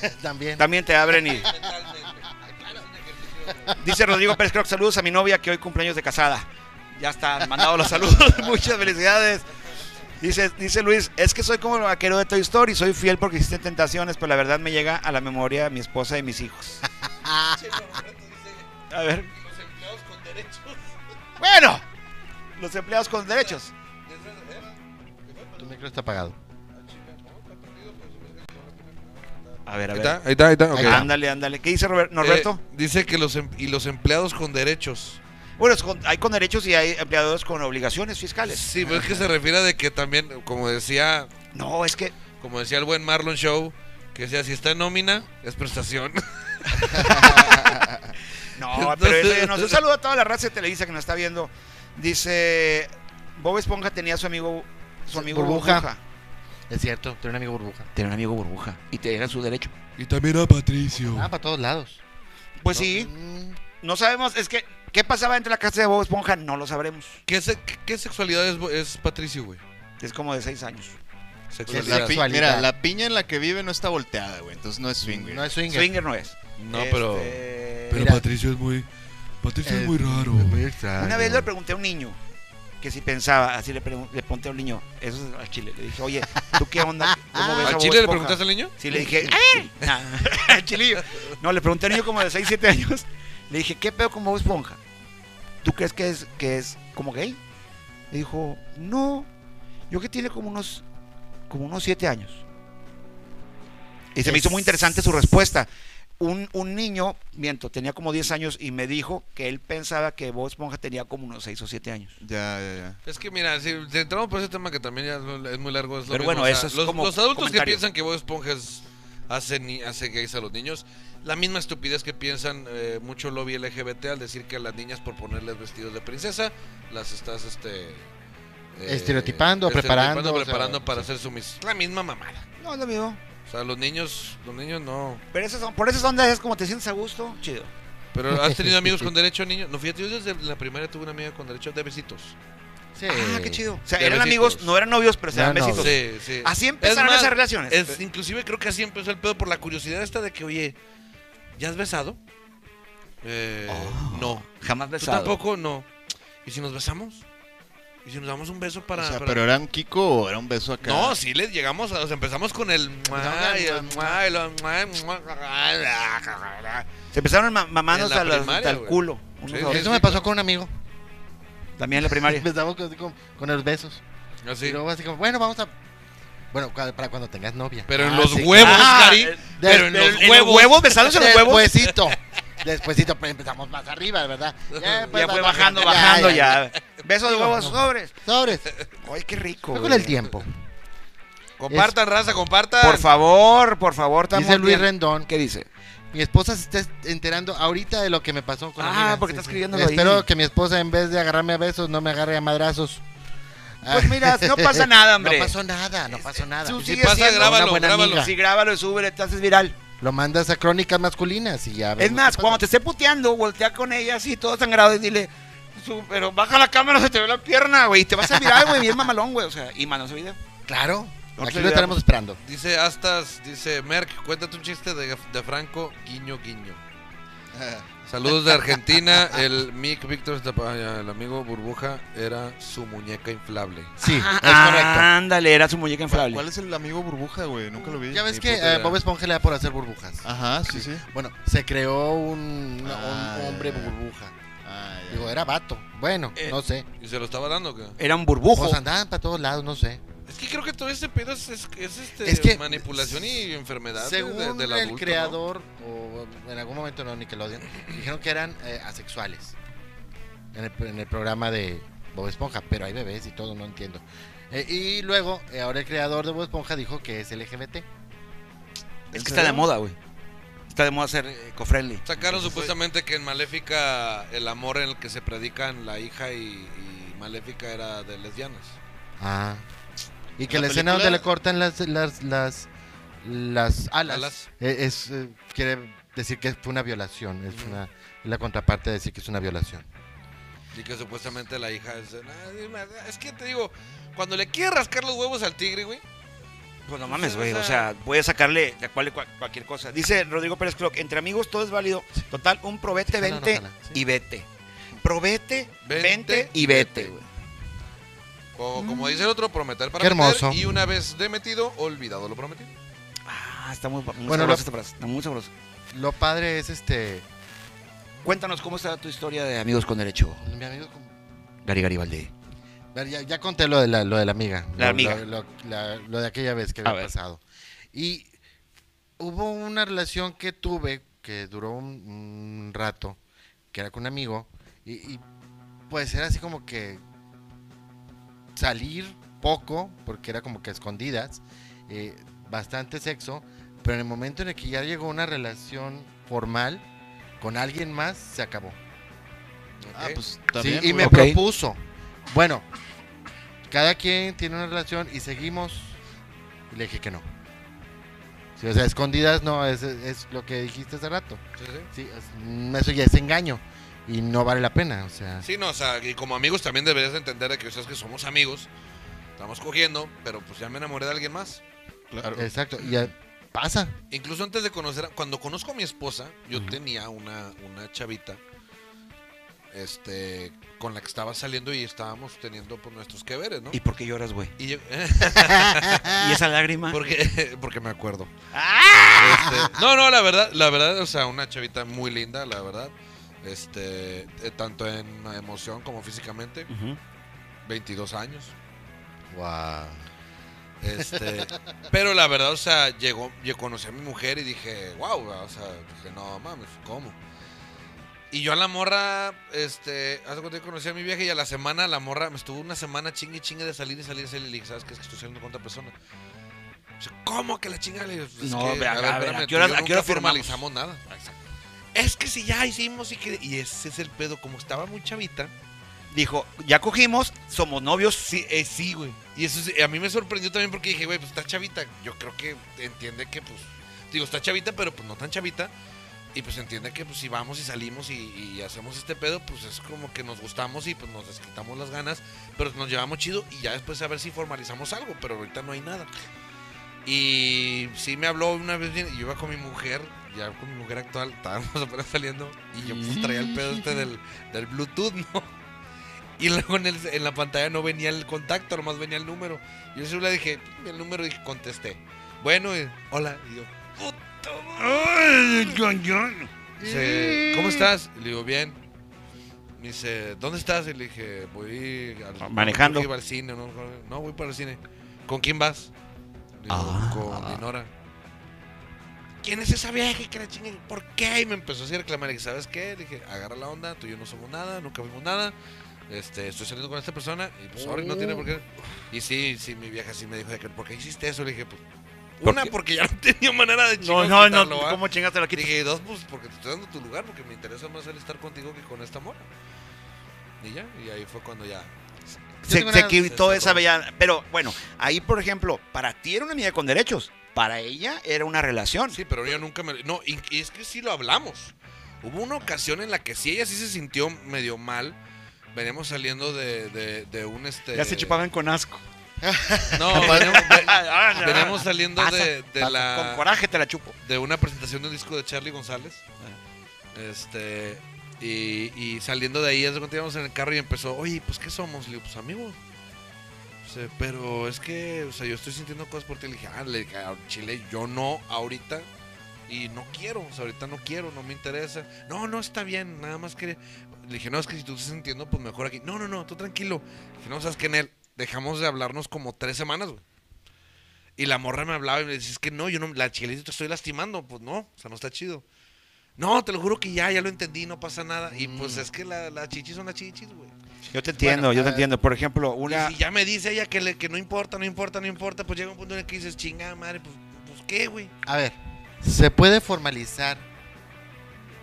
sí, También. También te abren y... mentalmente. Ah, Claro, es un ejercicio. Dice Rodrigo Pérez Croc, saludos a mi novia que hoy cumpleaños de casada. Ya está, mandado <laughs> los saludos, muchas felicidades. Dice, dice Luis, es que soy como el vaquero de Toy Story, soy fiel porque existen tentaciones, pero la verdad me llega a la memoria mi esposa y mis <laughs> hijos. Che, Roberto dice, A ver, "Y los empleados con derechos. bueno, los empleados con derechos. Tu micro está apagado. A ver, a Ahí ver. está, ahí está, ahí está. Eh, ok. Ándale, ándale. ¿Qué dice Robert- Norberto? dice que los em- y los empleados con derechos. Bueno, es con- hay con derechos y hay empleados con obligaciones fiscales. Sí, pero es que se refiere de que también, como decía, No, es que como decía el buen Marlon Show, que decía, si está en nómina, es prestación. <laughs> <laughs> No, pero eso ya no. Un saludo a toda la raza de Televisa que nos está viendo. Dice, Bob Esponja tenía su amigo, su amigo Burbuja. Burbuja. Es cierto, tiene un amigo burbuja. Tenía un amigo Burbuja y te era su derecho. Y también a Patricio. Ah, para todos lados. Pues ¿no? sí, Mm, no sabemos, es que, ¿qué pasaba entre la casa de Bob Esponja? No lo sabremos. ¿Qué, se- qué sexualidad es, es Patricio, güey? Es como de seis años. Pues, Sexualidad. la pi- Sexualidad. mira, la piña en la que vive no está volteada, güey. Entonces no es swing, güey. No es swinger. Swinger no es. No, pero- Este, Pero Ah, Mira. Patricio es muy. Patricio Eh, es muy raro. es muy extraño. Una vez le pregunté a un niño que si pensaba, así le, pregun- le pregunté a un niño, eso es al chile. Le dije, oye, ¿tú qué onda? <laughs> ¿Cómo ves a ¿A Bob Chile le Esponja?" preguntaste al niño? Sí, le dije, a <laughs> ver. Nah, Chilillo. No, le pregunté a un niño como de 6, 7 años. Le dije, ¿qué pedo con Bob Esponja? ¿Tú crees que es, que es como gay? Me dijo, no. Yo que tiene como unos como unos 7 años. Y se me hizo muy interesante su respuesta. Un, un niño, miento, tenía como 10 años y me dijo que él pensaba que Bob Esponja tenía como unos 6 o 7 años. Ya, ya, ya. Es que mira, si si entramos por ese tema que también ya es lo- es muy largo, es lo Pero mismo, bueno, o sea, eso es los, como los adultos que comentario. piensan que Bob Esponja es- hace, ni, hace gays a los niños, la misma estupidez que piensan eh, mucho lobby LGBT al decir que a las niñas por ponerles vestidos de princesa, las estás este Estereotipando, preparando, o sea, preparando para sí. hacer su mis... La misma mamada. No, es lo mismo. O sea, los niños, los niños no. Pero esas son, por esas ondas es como te sientes a gusto. Chido. Pero <laughs> has tenido amigos con derecho, niño. No, fíjate, yo desde la primaria tuve una amiga con derecho de besitos. Sí. Ah, qué chido. O sea, De eran besitos. amigos, no eran novios, pero se No daban eran besitos. novios. Sí, sí. Ah, Así empezaron Es más, esas relaciones. Es, inclusive creo que así empezó el pedo por la curiosidad esta de que, oye, ¿ya has besado? Eh, no. Jamás ¿Tú tampoco? No. ¿Y si nos besamos? ¿Y si nos damos un beso para...? o sea, para- pero era un Kiko o era un beso acá. No, sí les llegamos, a, o sea, empezamos con el... Empezamos y el con el y lo- Se empezaron ma- mamándose En la a las- primaria, hasta el güey. culo. unos Sí, a sí, otros. Eso me pasó con un amigo. También en la primaria. Empezamos con, con- con los besos. Así. Y luego así como, bueno, vamos a... Bueno, cua- para cuando tengas novia. Pero en Ah, los sí, <laughs> huevos, claro. Gary. De- Pero en de- los en los huevos. ah, huevos, besándose los huevos. Despuésito. Despuésito, pero pues, empezamos más arriba, ¿verdad? después Ya fue vas bajando, bajando ya, ya. ya. Besos de Digo, huevos no. sobres. Sobres. Ay, qué rico. Fue güey. con el tiempo. Compartan, raza, compartan. Por favor, por favor, estamos Dice Luis bien. Rendón. ¿Qué dice? Mi esposa se está enterando ahorita de lo que me pasó con Ah, amigas. porque está escribiéndolo Espero ahí. que mi esposa en vez de agarrarme a besos no me agarre a madrazos. Ah. Pues mira, no <laughs> pasa nada, hombre. Este, No pasó nada, no pasó nada. Tú Si sigue pasa, siendo grábalo, buena grábalo. amiga. Sí, grábalo y súbele, te haces viral. Lo mandas a crónicas masculinas y ya. Es vemos más, qué cuando te pasa. esté puteando, voltea con ella así, todo sangrado y dile, "Su- pero baja la cámara, se te ve la pierna, güey. Y te vas a mirar, güey, bien mamalón, güey. O sea, y mandó su video. Claro. No Aquí te lo estaremos olvidamos. esperando. Dice Astas, dice Merck, cuéntate un chiste de, de Franco, guiño, guiño. <laughs> Saludos de Argentina. El Mick Víctor, Estapa- ah, ya, el amigo Burbuja, era su muñeca inflable. Sí, Ah, ándale, era su muñeca ¿Cuál, inflable. cuál es el amigo burbuja, güey? Nunca lo vi. pues, Ya ves Ni que puta eh, idea. Bob Esponja le da por hacer burbujas. Ah. Ajá, sí, sí. Bueno, se creó un, una- Ah, un hombre ya, ya. burbuja. Ah, ya. Digo, era vato. Bueno, Eh, no sé. ¿Y se lo estaba dando o qué? Era un burbujo. Pues andaban para todos lados, no sé. Es que creo que todo este pedo es, es- es, este, Es que- manipulación y enfermedad de- Según de- el del adulto, ¿no? creador, o en algún momento no, Nickelodeon, dijeron que eran eh, asexuales en el, en el programa de Bob Esponja, pero hay bebés y todo, no entiendo. Eh, y luego, eh, ahora el creador de Bob Esponja dijo que es LGBT. Es ¿En que está de serio? moda, güey. Está de moda ser eco-friendly. Sacaron supuestamente que en Maléfica el amor en el que se predican la hija y, y Maléfica era de lesbianas. Ah. Y que ¿En la, la escena donde película? le cortan las las las, las alas, Alas. eh, es, eh, quiere decir que fue una violación. Es una, es la contraparte de decir que es una violación. Y que supuestamente la hija es... Es que te digo, cuando le quiere rascar los huevos al tigre, güey, Pues no mames, güey. O sea, voy a sacarle a cual- cua- cualquier cosa. Dice Rodrigo Pérez Clock, entre amigos todo es válido. Total, un probete, Ojalá, vente ojalá, sí. y vete. Probete, Vente vente y y vete, vete. güey. o como dice el otro, prometer para Mm. Qué meter, hermoso. y una vez demetido, olvidado lo prometido. Ah, está muy, muy Bueno, sabroso lo- esta frase, Está muy sabroso. Lo padre es este. Cuéntanos cómo está tu historia de Amigos con Derecho, Mi amigo con- Gary Garibaldi. Ver, ya, ya conté lo de la, lo de la amiga. La Lo- amiga. Lo, lo- la- lo de aquella vez que A había ver. pasado. Y hubo una relación que tuve que duró un, un rato, que era con un amigo, y, y, pues era así como que salir poco, porque era como que a escondidas, eh, bastante sexo, pero en el momento en el que ya llegó una relación formal con alguien más, se acabó. Ah, ¿ok? pues está Sí, bien, y güey. me Ok. propuso. Bueno, cada quien tiene una relación y seguimos. Y le dije que no. Sí, o sea, escondidas no, es, es lo que dijiste hace rato. Sí, sí. Sí, es- mm, eso ya es engaño y no vale la pena. O sea, Sí, no, o sea, y como amigos también deberías de entender de que, o sea, es que somos amigos, estamos cogiendo, pero pues ya me enamoré de alguien más. Claro. exacto. Y ya pasa. Incluso antes de conocer, a- cuando conozco a mi esposa, yo tenía una, una chavita este, con la que estaba saliendo y estábamos teniendo por nuestros que veres, ¿no? ¿Y por qué lloras, güey? Y yo- ¿Y esa lágrima? <laughs> porque, porque me acuerdo. Este, no, no, la verdad, la verdad, o sea, una chavita muy linda, la verdad. Este, eh, tanto en emoción como físicamente, Ujú. 22 años. Wow. <laughs> Este, pero la verdad, o sea, llegó, yo conocí a mi mujer y dije, wow, o sea, dije, no mames, ¿cómo? Y yo a la morra, este, hace cuando conocí a mi vieja y a la semana, la morra, me estuvo una semana chingue chingue de salir y salir y salir. Y le dije, ¿sabes qué? Es que estoy saliendo con otra persona. O sea, ¿cómo que la chingada? Le dije, "Pues es No, que, ve, a ver, ¿a espérame, qué tú y hora- yo a qué nunca hora firmamos?" formalizamos nada. Es que si ya hicimos y que. Y ese es el pedo, como estaba muy chavita. Dijo, ya cogimos, somos novios. Sí, eh, sí, güey. Y eso sí, a mí me sorprendió también porque dije, güey, pues está chavita. Yo creo que entiende que, pues, digo, está chavita, pero pues no tan chavita. Y pues entiende que, pues, si vamos y salimos y, y hacemos este pedo, pues es como que nos gustamos y pues nos desquitamos las ganas, pero nos llevamos chido y ya después a ver si formalizamos algo, pero ahorita no hay nada. Y sí me habló una vez, bien, y yo iba con mi mujer, ya con mi mujer actual, <laughs> estábamos apenas saliendo, y yo pues traía el pedo este del, del Bluetooth, ¿no? Y luego en, el- en la pantalla no venía el contacto, nomás venía el número. Yo en el celular dije, "Pum", el número y contesté. Bueno, y- hola. Y yo, puto madre". Dice, ¿cómo estás? Y le digo, bien. Me dice, ¿dónde estás? Y le dije, voy al, Manejando. creo que iba al cine, no, no, voy para el cine. ¿Con quién vas? Le digo, Ah. con Dinora. ¿Quién es esa vieja que la chinga? ¿Por qué? Y me empezó así a reclamar. Y dije, ¿sabes qué? Le dije, agarra la onda, tú y yo no somos nada, nunca fuimos nada. Este, estoy saliendo con esta persona y pues ahora no tiene por qué. Y sí, sí, mi vieja sí me dijo de que, ¿por qué hiciste eso? Le dije, pues, ¿Por una, qué? porque ya no <laughs> tenía manera de No, chingar no, quitarlo, no, ¿va? ¿cómo chingaste la quitas? Dije, dos, pues porque te estoy dando tu lugar, porque me interesa más el estar contigo que con esta morra. Y ya, y ahí fue cuando ya. Se, tengo se una- quitó se- se esa robó. bella. Pero bueno, ahí, por ejemplo, para ti era una amiga con derechos. Para ella era una relación. Sí, pero ella nunca me. No, y, y es que sí lo hablamos. Hubo una ocasión en la que sí, ella sí se sintió medio mal. Veníamos saliendo de, de, de un este. Ya se chupaban con asco. <laughs> No, veníamos, Ah, no. ve- veníamos saliendo Pasa, de, de pasa, Con la. coraje te la chupo. De una presentación de un disco de Charlie González. Este. Y, y saliendo de ahí, ya de cuenta íbamos en el carro y empezó, oye, pues ¿qué somos? Le digo, pues amigos. Dice, pero es que, o sea, yo estoy sintiendo cosas por ti. Le dije, ah, le dije, "Al Chile, yo no ahorita. Y no quiero, o sea, ahorita no quiero, no me interesa. No, no, está bien, nada más quería. Le dije, no, es que si tú estás sintiendo, pues mejor aquí. No, no, no, tú tranquilo. Le dije, no, sabes que en él dejamos de hablarnos como tres semanas, güey. Y la morra me hablaba y me decía, es que no, yo no, la chile, te estoy lastimando. Pues no, o sea, no está chido. No, te lo juro que ya, ya lo entendí, no pasa nada. Y pues es que la- las chichis son las chichis, güey. Yo te entiendo, Bueno, yo a te ver. entiendo. Por ejemplo, una. Y si ya me dice ella que, le, que no importa, no importa, no importa, pues llega un punto en el que dices, chingada madre, pues, pues qué, güey. A ver, ¿se puede formalizar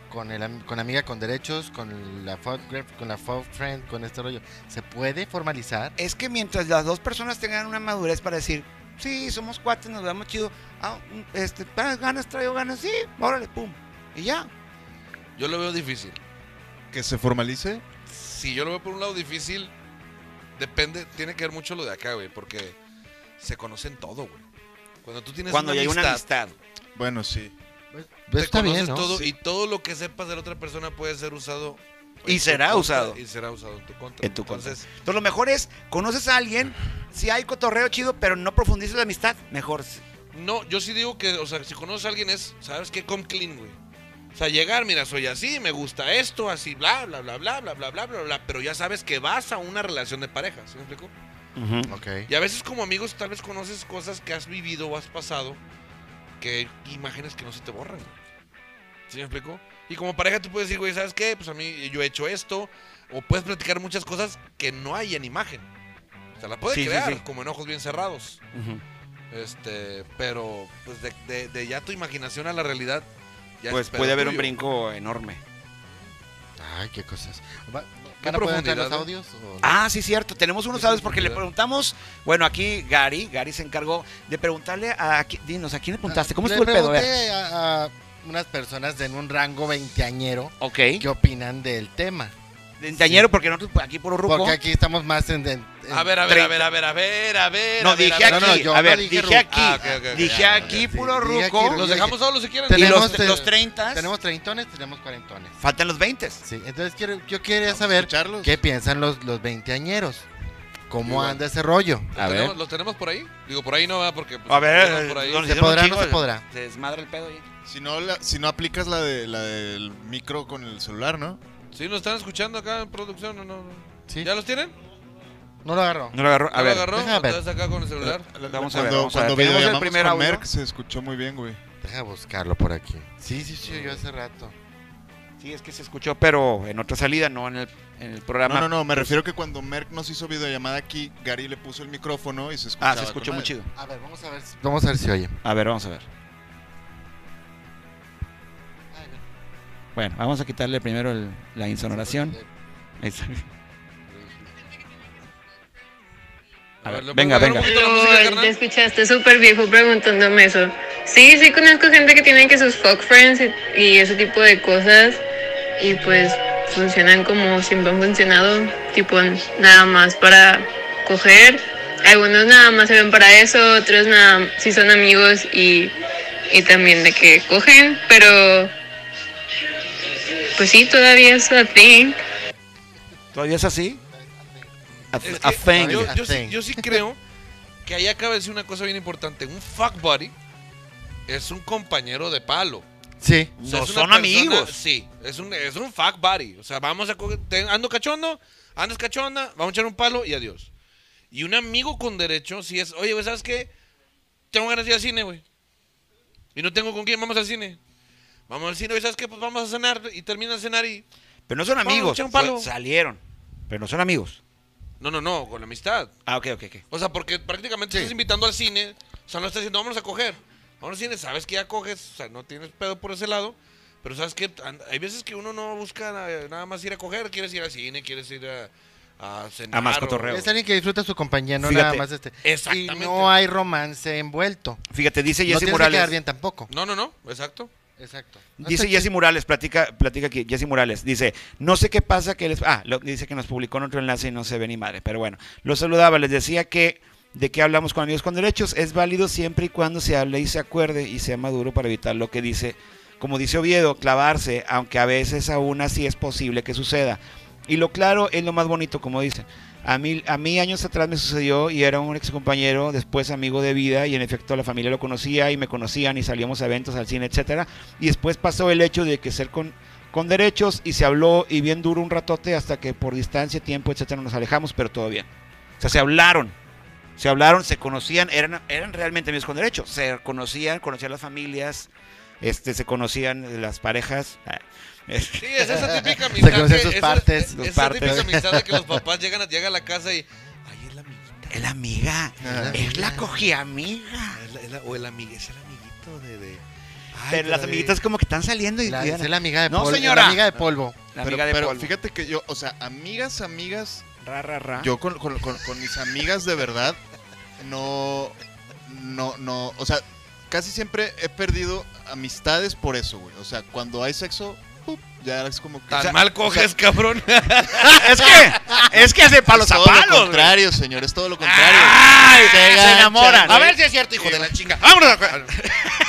con, el, am- con amiga con derechos, con la fuck girl- con la fuck friend, con este rollo? ¿Se puede formalizar? Es que mientras las dos personas tengan una madurez para decir, sí, somos cuates, nos damos chido. Ah, mm, este, traes ganas, traigo ganas, sí, órale, pum. Y ya. Yo lo veo difícil. ¿Que se formalice? Si yo lo veo por un lado difícil, depende, tiene que ver mucho lo de acá, güey, porque se conocen todo, güey. Cuando tú tienes Cuando una ya hay una amistad, amistad. Bueno, sí. te Pues Está bien, conoces ¿no? todo Sí. y todo lo que sepas de la otra persona puede ser usado Y en tu será contra, usado. y será usado en tu contra. En tu contra. Entonces, Entonces, lo mejor es, conoces a alguien, si hay cotorreo chido, pero no profundices la amistad, mejor. No, yo sí digo que, o sea, si conoces a alguien es, ¿sabes qué? Come clean, güey. O sea, llegar, mira, soy así, me gusta esto, así, bla, bla, bla, bla, bla, bla, bla, bla, bla. Pero ya sabes que vas a una relación de pareja, ¿sí me explico? Ok. Y a veces como amigos tal vez conoces cosas que has vivido o has pasado, que imágenes que no se te borran. ¿Sí me explico? Y como pareja tú puedes decir, güey, ¿sabes qué? Pues a mí yo he hecho esto. O puedes platicar muchas cosas que no hay en imagen. O sea, la puedes Sí, sí, crear sí. como en ojos bien cerrados. Este, pero pues de, de- de ya tu imaginación a la realidad. ya Pues es pedo puede haber un tuyo. brinco enorme. Ay, qué cosas. Va- ¿Qué ¿Van a poder entrar profundidad, los eh? audios? o no? Ah, sí, cierto. Tenemos unos Sí, audios sí, porque sí, le sí. preguntamos. Bueno, aquí Gary, Gary se encargó de preguntarle a. qui- Dinos, ¿a quién le preguntaste? ¿Cómo Le estuvo el pedo? A ver. pregunté a, a unas personas en un rango veinteañero Ok. qué opinan del tema. De Tañero, porque nosotros aquí por ruco. Porque aquí estamos más en... en- en- A ver, a ver, a Treinta. ver, a ver, a ver, a ver. a No, ver, dije a aquí. ver, a ver. no, yo a no ver, dije dije ruco. aquí. Ah, ok, ok, ok, dije ya, aquí, ya, sí. puro Dije aquí, ruco. ruco. Los dejamos solos si quieren. Y Tenemos- los, los 30 Tenemos treintones, tenemos cuarentones. faltan los 20 Sí, entonces quiero, yo quería saber Escucharlos. qué piensan los, los veinteañeros. ¿Cómo Igual. anda ese rollo? ¿Los tenemos, los tenemos por ahí? Digo, por ahí no va porque... pues, A ver, tenemos por ahí. don- ¿Se podrá o no se podrá? Se desmadra el pedo ahí. Si no, la- si no aplicas la, de, la del micro con el celular, ¿no? ¿Sí nos están escuchando acá en producción o no? Sí. ¿Ya los tienen? No lo agarro. No lo agarró. A ¿Ya lo ver, agarró? deja ver. Entonces acá con el celular. vamos a ver. cuando Vamos a cuando ver. Tenemos el videollamamos primer con audio. Merck se escuchó muy bien, güey. Deja buscarlo por aquí. Sí, sí, sí, Mm. yo hace rato. Sí, es que se escuchó, pero en otra salida, no en el, en el programa. No, no, no, me refiero que cuando Merck nos hizo videollamada aquí, Gary le puso el micrófono y se escuchaba. Ah, se escuchó con muy madre. chido. A ver, vamos a ver si, vamos a ver si oye. A ver, vamos a ver. Bueno, vamos a quitarle primero el- la insonoración. Ahí está. A ver, ¿le venga, puedes bajar venga. un poquito la música, Te carnal? escuchaste súper viejo preguntándome eso. Sí, sí conozco gente que tiene que sus fuck friends y, y ese tipo de cosas y pues funcionan como siempre han funcionado, tipo nada más para coger. Algunos nada más se ven para eso, otros nada, sí son amigos y, y también de que cogen, pero pues sí, todavía es a thing. ¿Todavía es así? A, Es a que thing. Yo, yo A sí, thing. yo sí creo que ahí acaba de decir una cosa bien importante. Un fuck buddy es un compañero de palo. Sí. O sea, No es una son amigos. Sí, es un, es un fuck buddy. O sea, vamos a coger- te- ando cachondo, andas cachonda, vamos a echar un palo y adiós. Y un amigo con derecho, si es, oye, güey, ¿sabes qué? Tengo ganas de ir al cine, güey. Y no tengo con quién, vamos al cine. Vamos al cine, güey, ¿sabes qué? Pues vamos a cenar y termina de cenar y... Pero no son Vamos, amigos. echa un palo. fue- salieron. Pero no son amigos. No, no, no, con la amistad. Ah, ok, ok, ok. O sea, porque prácticamente Sí. estás invitando al cine. O sea, no estás diciendo, vámonos a coger. Vámonos al cine, sabes que ya coges. O sea, no tienes pedo por ese lado. Pero sabes que and- hay veces que uno no busca na- nada más ir a coger. Quieres ir al cine, quieres ir a, a cenar. A más o- cotorreo. Es alguien que disfruta su compañía, no Fíjate. nada más este. Y Exactamente. no hay romance envuelto. Fíjate, dice no Jesse tienes que Morales. quedar bien tampoco. No, no, no, exacto. Exacto. Dice Jesse Morales, platica, platica aquí, Jesse Morales, dice, no sé qué pasa que les... Ah, lo- dice que nos publicó en otro enlace y no se ve ni madre, pero bueno, los saludaba, les decía que de qué hablamos con amigos con derechos es válido siempre y cuando se hable y se acuerde y sea maduro para evitar lo que dice como dice Oviedo, clavarse, aunque a veces aún así es posible que suceda. Y lo claro es lo más bonito, como dicen. A mí, a mí años atrás me sucedió y era un ex compañero, después amigo de vida, y en efecto la familia lo conocía y me conocían y salíamos a eventos, al cine, etcétera. Y después pasó el hecho de que ser con, con derechos y se habló y bien duro un ratote hasta que por distancia, tiempo, etcétera, nos alejamos, pero todo bien. O sea, se hablaron, se hablaron, se conocían, eran, eran realmente amigos con derechos, se conocían, conocían las familias, este, se conocían las parejas. Ah, es- Sí, <laughs> es esa típica Se amistad. conocen que- sus esa- partes, Esa, sus partes. típica amistad de que los papás llegan a, llega a la casa y. Ay, es la amiguita. Es la amiga, es la cogí amiga. Ah, es la- es la- o el amigo, es el amiguito de. de- Ay, Pero las de- amiguitas como que están saliendo y La, y- es la amiga de No, polvo. es señora. La amiga de polvo. la Pero, amiga de pero polvo. fíjate que yo, o sea, amigas, amigas, Ra, ra, ra. yo con, con- con- con mis amigas de verdad, no, no, no, o sea, casi siempre he perdido amistades por eso, güey. O sea, cuando hay sexo, ¡pup! ya es como que... Tan O sea, mal coges, cabrón. es que es que es de palos es a todo palos. lo güey. contrario, señor, es todo lo contrario. Ay, Se se enamoran. enganchan, A ver si es cierto, hijo de la chinga. ¡Vámonos! a- <laughs>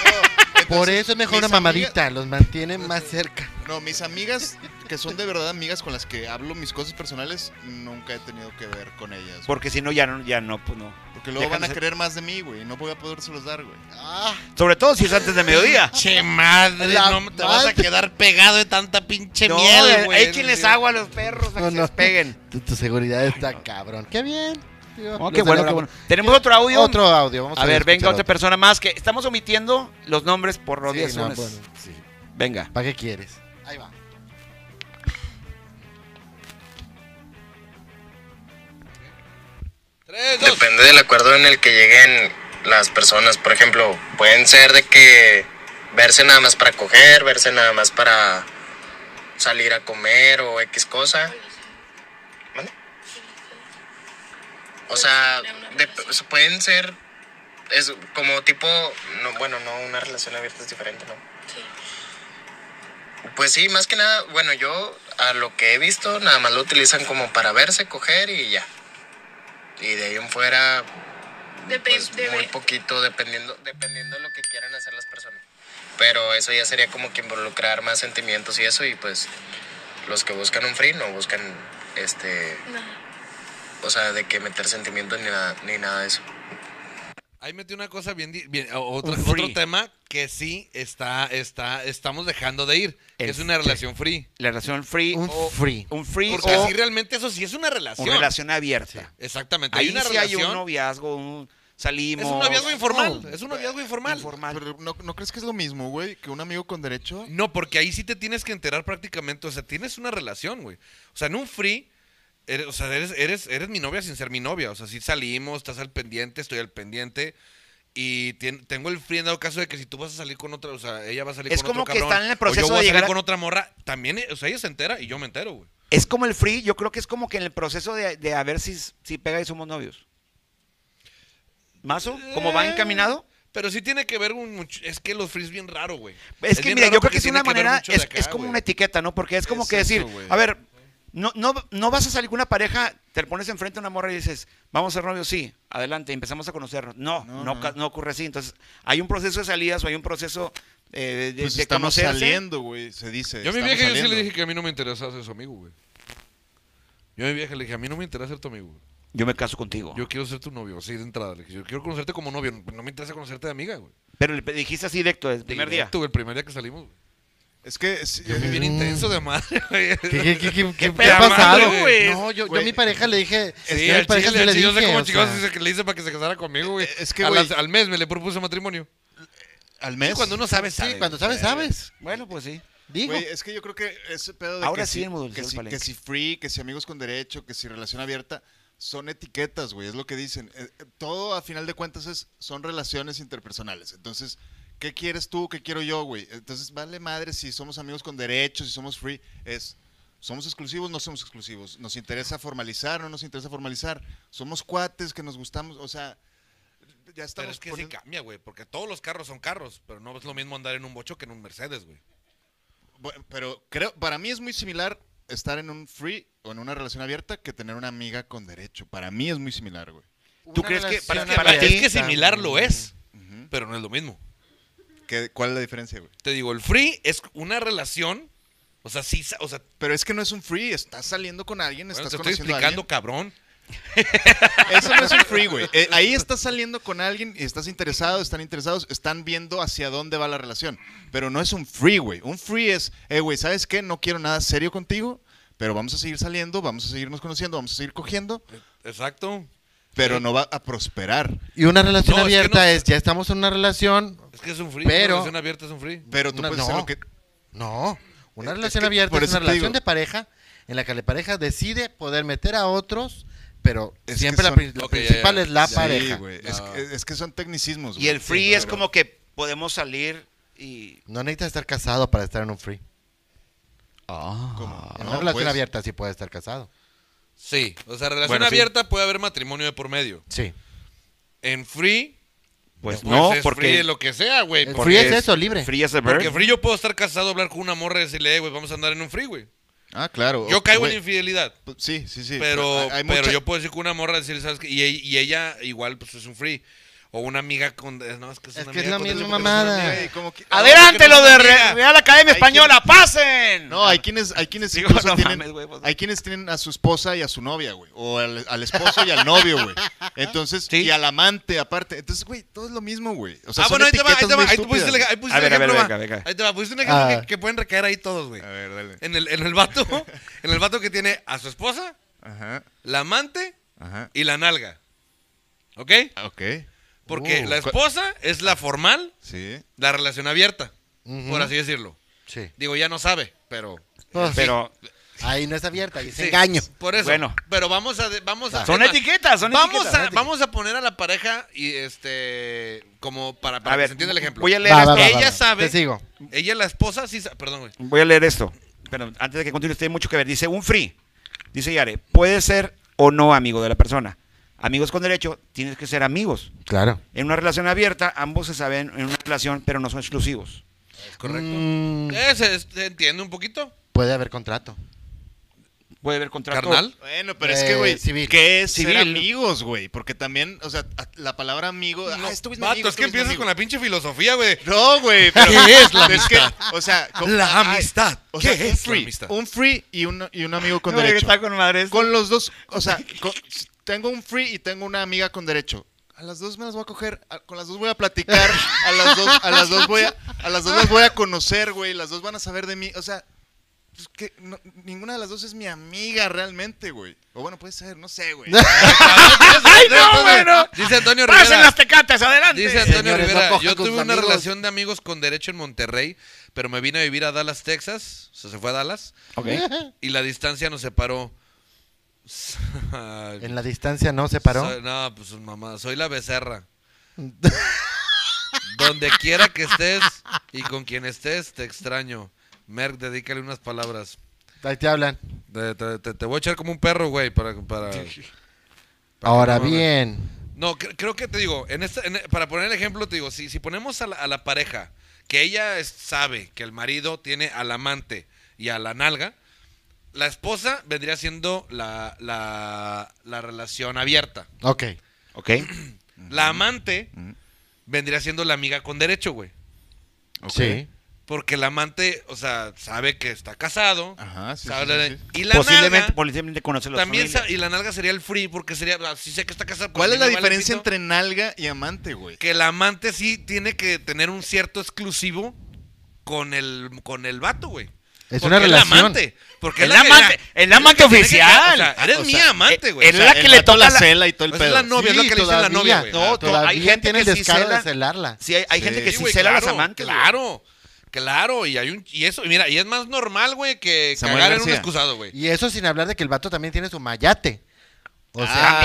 Por eso es mejor mis una mamadita, los mantiene más cerca. No, mis amigas, que son de verdad amigas con las que hablo mis cosas personales, nunca he tenido que ver con ellas. güey. Porque si no ya no ya no pues no. Porque luego Dejan van a de ser- querer más de mí, güey, y no voy a podérselos dar, güey. Ah, Sobre todo si es antes de mediodía. Che madre, eh, La no te vas a madre. quedar pegado de tanta pinche No, miedo, güey. Échenles agua a los perros para No, que no. se despeguen. <laughs> tu, tu seguridad está cabrón. Qué bien. tío. Oh, Lo qué bueno, qué celebramos. bueno. Tenemos otro audio. Otro audio. Vamos a, a ver, venga escuchar otra persona más que estamos omitiendo los nombres por otro. los días Sí, no, lunes. bueno, sí. Venga. ¿Para qué quieres? Ahí va. Tres, dos. Depende del acuerdo en el que lleguen las personas. Por ejemplo, pueden ser de que verse nada más para coger, verse nada más para salir a comer o X cosa. ¿Mande? O sea, de- se pueden ser es como tipo, no, bueno, no, una relación abierta es diferente, ¿no? Pues sí, más que nada, bueno, yo a lo que he visto, nada más lo utilizan como para verse, coger y ya. Y de ahí en fuera, pues, muy poquito, dependiendo, dependiendo de lo que quieran hacer las personas. Pero eso ya sería como que involucrar más sentimientos y eso, y pues los que buscan un free no buscan, este, o sea, de que meter sentimientos ni nada, ni nada de eso. Ahí metí una cosa bien, di- bien- o- otra- Un free. otro tema que sí está, está, estamos dejando de ir. que es una Este. relación free. La relación free Un o free. un free Porque o así realmente eso sí es una relación. una relación abierta. Exactamente. Ahí hay una sí hay relación. un noviazgo, un salimos. es un noviazgo informal. No. es un noviazgo informal. Pero ¿no, no crees que es lo mismo, güey, que un amigo con derecho? No, porque ahí sí te tienes que enterar prácticamente. O sea, tienes una relación, güey. O sea, en un free, eres, o sea, eres, eres, eres mi novia sin ser mi novia. O sea, si salimos, estás al pendiente, estoy al pendiente. Y tien- tengo el free en dado caso de que si tú vas a salir con otra, o sea, ella va a salir Es con otro como que cabrón, están en el o proceso yo voy de a salir llegar a- con otra morra, también, eh, o sea, ella se entera y yo me entero, güey. Es como el free, yo creo que es como que en el proceso de, de a ver si, si pega y somos novios. ¿Mazo? ¿Cómo va encaminado? Pero sí tiene que ver un mucho- es que los frees bien raro, güey. Es que bien mira, raro yo creo porque que es tiene una ver manera, mucho de es, acá, es como güey. una etiqueta, ¿no? Porque es como Es que decir, eso, güey. a ver, no, no, no vas a salir con una pareja, te pones enfrente a una morra y dices, vamos a ser novios, sí, adelante, empezamos a conocernos. No, no, No, ca- no. no ocurre así. Entonces, hay un proceso de salidas o hay un proceso eh, de, de- Pues de estamos conocerse. saliendo, güey, se dice. Yo a mi estamos vieja yo sí saliendo. le dije que a mí no me interesaba ser su amigo, güey. Yo a mi vieja le dije, a mí no me interesa ser tu amigo. güey. Yo me caso contigo. Yo quiero ser tu novio, así de entrada. Le dije, yo quiero conocerte como novio, no me interesa conocerte de amiga, güey. Pero le dijiste así directo, el primer día. Directo, güey, el primer día que salimos. güey. Es que... sí, Yo fui bien intenso de madre, <laughs> güey. ¿Qué, qué, qué, qué, qué pedo, ha pasado? madre, güey? No, yo, yo a Güey. mi pareja le dije. Sí, yo a mi al pareja chile, sí le al chile, yo sé dije, cómo o chicos sea, le hice para que se casara conmigo, güey. Es que, A güey- las- al, mes me le propuse matrimonio. ¿Al mes? Sí, cuando uno sabe, sabe. Sí, cuando sabes, sabes. Bueno, pues sí. Digo. Güey, es que yo creo que ese pedo de Ahora que, sí si, hemos que, dulceado si, el que palenque. si free, que si amigos con derecho, que si relación abierta, son etiquetas, güey, es lo que dicen. Eh, eh, todo a final de cuentas es, son relaciones interpersonales. Entonces, ¿qué quieres tú? ¿Qué quiero yo, güey? Entonces, vale madre si somos amigos con derecho, si somos free, es... Somos exclusivos, no somos exclusivos. Nos interesa formalizar, no nos interesa formalizar. Somos cuates que nos gustamos, o sea, ya Pero estamos es que poniendo- sí cambia, güey, porque todos los carros son carros, pero no es lo mismo andar en un bocho que en un Mercedes, güey. Bu- Pero creo, para mí es muy similar estar en un free o en una relación abierta que tener una amiga con derecho. Para mí es muy similar, güey. ¿Tú Una crees que para- relación para ti- es abierta, que similar lo es, Ujú. pero no es lo mismo. ¿Qué- ¿Cuál es la diferencia, güey? Te digo, el free es una relación. O sea, sí, sa- o sea, Pero es que no es un free, estás saliendo con alguien, bueno, estás te estoy conociendo a explicando, cabrón. alguien. Eso no es un free, güey. Eh, ahí estás saliendo con alguien y estás interesado, están interesados, están viendo hacia dónde va la relación. Pero no es un free, güey. Un free es, eh, güey, ¿sabes qué? No quiero nada serio contigo, pero vamos a seguir saliendo, vamos a seguirnos conociendo, vamos a seguir cogiendo, Exacto. pero no va a prosperar. Y una relación No, es que abierta no- es, ya estamos en una relación. Es que es un free. Pero- Una relación abierta es un free. Pero tú Una- puedes no. hacer lo que... No, una Es- es relación que abierta por es eso una te relación digo. de pareja en la que la pareja decide poder meter a otros, pero Es que siempre la, son- pri- la Ok, ya, ya, principal es la Sí, pareja. güey. Es, No. que- es que son tecnicismos, güey. Y el free Sí, es claro. como que podemos salir y. No necesitas estar casado para estar en un free. ¿Cómo? En No, una relación pues, abierta sí puedes estar casado. Sí. O sea, relación Bueno, sí. abierta puede haber matrimonio de por medio. Sí. En free, Pues, pues no, es free porque. de lo que sea, güey. El porque- free es eso, libre. Free as a bird. Porque free yo puedo estar casado, hablar con una morra y decirle, "Eh, güey, vamos a andar en un free, güey. Ah, claro. Yo caigo Güey, en infidelidad. pues, Sí, sí, sí. pero, hay- hay pero mucha- yo puedo decir que una morra decirle, ¿sabes qué? Y, e- y ella igual, pues es un free. O una amiga con. eh, No, es que es, Es una que es amiga la con- misma es una mamada. amiga. Güey, como que- ¡Adelante lo de Re- Real Academia Hay quien- Española! ¡Pasen! No, hay quienes, hay quienes Digo, incluso no tienen, mames, güey, pues. hay quienes tienen a su esposa y a su novia, güey, o al, al esposo y al novio, güey. Entonces, Sí. y al amante aparte. Entonces, güey, todo es lo mismo, güey. O sea, ah, son bueno, ahí te va, ahí etiquetas te va. muy Ahí tú pusiste, estúpidas, el- ahí pusiste A ver, el a ver, ejemplo, venga, venga. Ahí te va, pusiste un ejemplo Ah. que, que pueden recaer ahí todos, güey. güey. A ver, dale. En el, en el vato, en el vato que tiene a su esposa, Ajá, la amante ajá. y la nalga. ¿Ok? Ah, Ok, Porque Uh. la esposa es la formal, sí. la relación abierta, Ujú. por así decirlo. Sí. Digo, ya no sabe, pero. Pues, Pero ahí no es abierta, ahí es Sí, engaño. Por eso. Bueno. Pero vamos a. de- Vamos a son temas. etiquetas, son Ah, vamos etiquetas. A, vamos a poner a la pareja y este. Como para, para A que ver, se entienda el ejemplo. voy a leer Va, esto. va, va, Ella- va. ella sabe. Te sigo. Ella, la esposa, sí. sa- Perdón, güey. Voy a leer esto. Pero antes de que continúe, tiene mucho que ver. Dice, un free. Dice Yare, puede ser o no amigo de la persona. Amigos con derecho, tienes que ser amigos. Claro. En una relación abierta, ambos se saben en una relación, pero no son exclusivos. Es correcto. Mm, Eh, ¿se, se entiende un poquito? puede haber contrato. Puede haber contrato. Carnal. Bueno, pero es que, Eh, güey, civil. ¿qué es ser Civil. amigos, güey? Porque también, o sea, a- la palabra amigo... ah, este güey es mi Vato, amigo, es que este güey es mi empiezas amigo. con la pinche filosofía, güey. No, güey, pero... ¿Qué es la Es que, o sea... co- La ay, amistad. O ¿Qué sea, un es la free, amistad? un free y un, y un amigo con No, derecho. está con madre esto. Con los dos, o sea, con- tengo un free y tengo una amiga con derecho. A las dos me las voy a coger, a- con las dos voy a platicar, a las dos, a las dos voy a, a las dos las voy a conocer, güey, las dos van a saber de mí, o sea, pues que no- ninguna de las dos es mi amiga realmente, güey. O bueno, puede ser, no sé, <laughs> güey. ¡Ay, no, bueno! Ah, Dice Antonio ¡Pasen Rivera. las tecatas, adelante! Dice Antonio Señores, no Rivera, cojan yo con tuve sus una amigos". relación de amigos con derecho en Monterrey, pero me vine a vivir a Dallas, Texas. O sea, se fue a Dallas. <laughs> Y la distancia nos separó. En la distancia no se paró. Soy- no, pues mamá, soy <laughs> la becerra. Donde quiera que estés y con quien estés, te extraño. Merck, dedícale unas palabras. Ahí te hablan. Te, te- te- te voy a echar como un perro, güey, para... <laughs> para- Ahora no, no, no. bien, No, cre- creo que te digo, en esta, en- para poner el ejemplo, te digo, si, si ponemos a la, a la pareja, que ella es- sabe que el marido tiene al amante y a la nalga, la esposa vendría siendo la, la, la relación abierta. ok. Ok. La amante Ujú. vendría siendo la amiga con derecho, güey. Sí. Porque el amante, o sea, sabe que está casado. Ajá, sí, sabe sí, la- sí, sí. Y la Posiblemente, nalga. posiblemente conoce los También sa- y la nalga sería el free, porque sería. ah, Sí sé que está casado. ¿Cuál pero es sí la me vale diferencia pito, entre nalga y amante, güey? Que el amante sí tiene que tener un cierto exclusivo con el, con el vato, güey. Es Porque una la relación. amante. Porque El es la que- amante, el es la amante que tiene que- oficial. o sea, eres O mi sea, amante, güey. es O sea, la que le vato toca la la- cela y todo el es pedo. la novia, es lo que le dice la novia, güey. No, to- todavía hay gente tiene que el sí descaro de celan- celarla. Sí, hay, hay Sí. gente que Sí, sí güey, cela a los claro, amantes. güey. Claro, claro. Y hay un y eso, y mira, y es más normal, güey, que Samuel cagar en un García. excusado, güey. Y eso sin hablar de que el vato también tiene su mayate. O sea, Ah,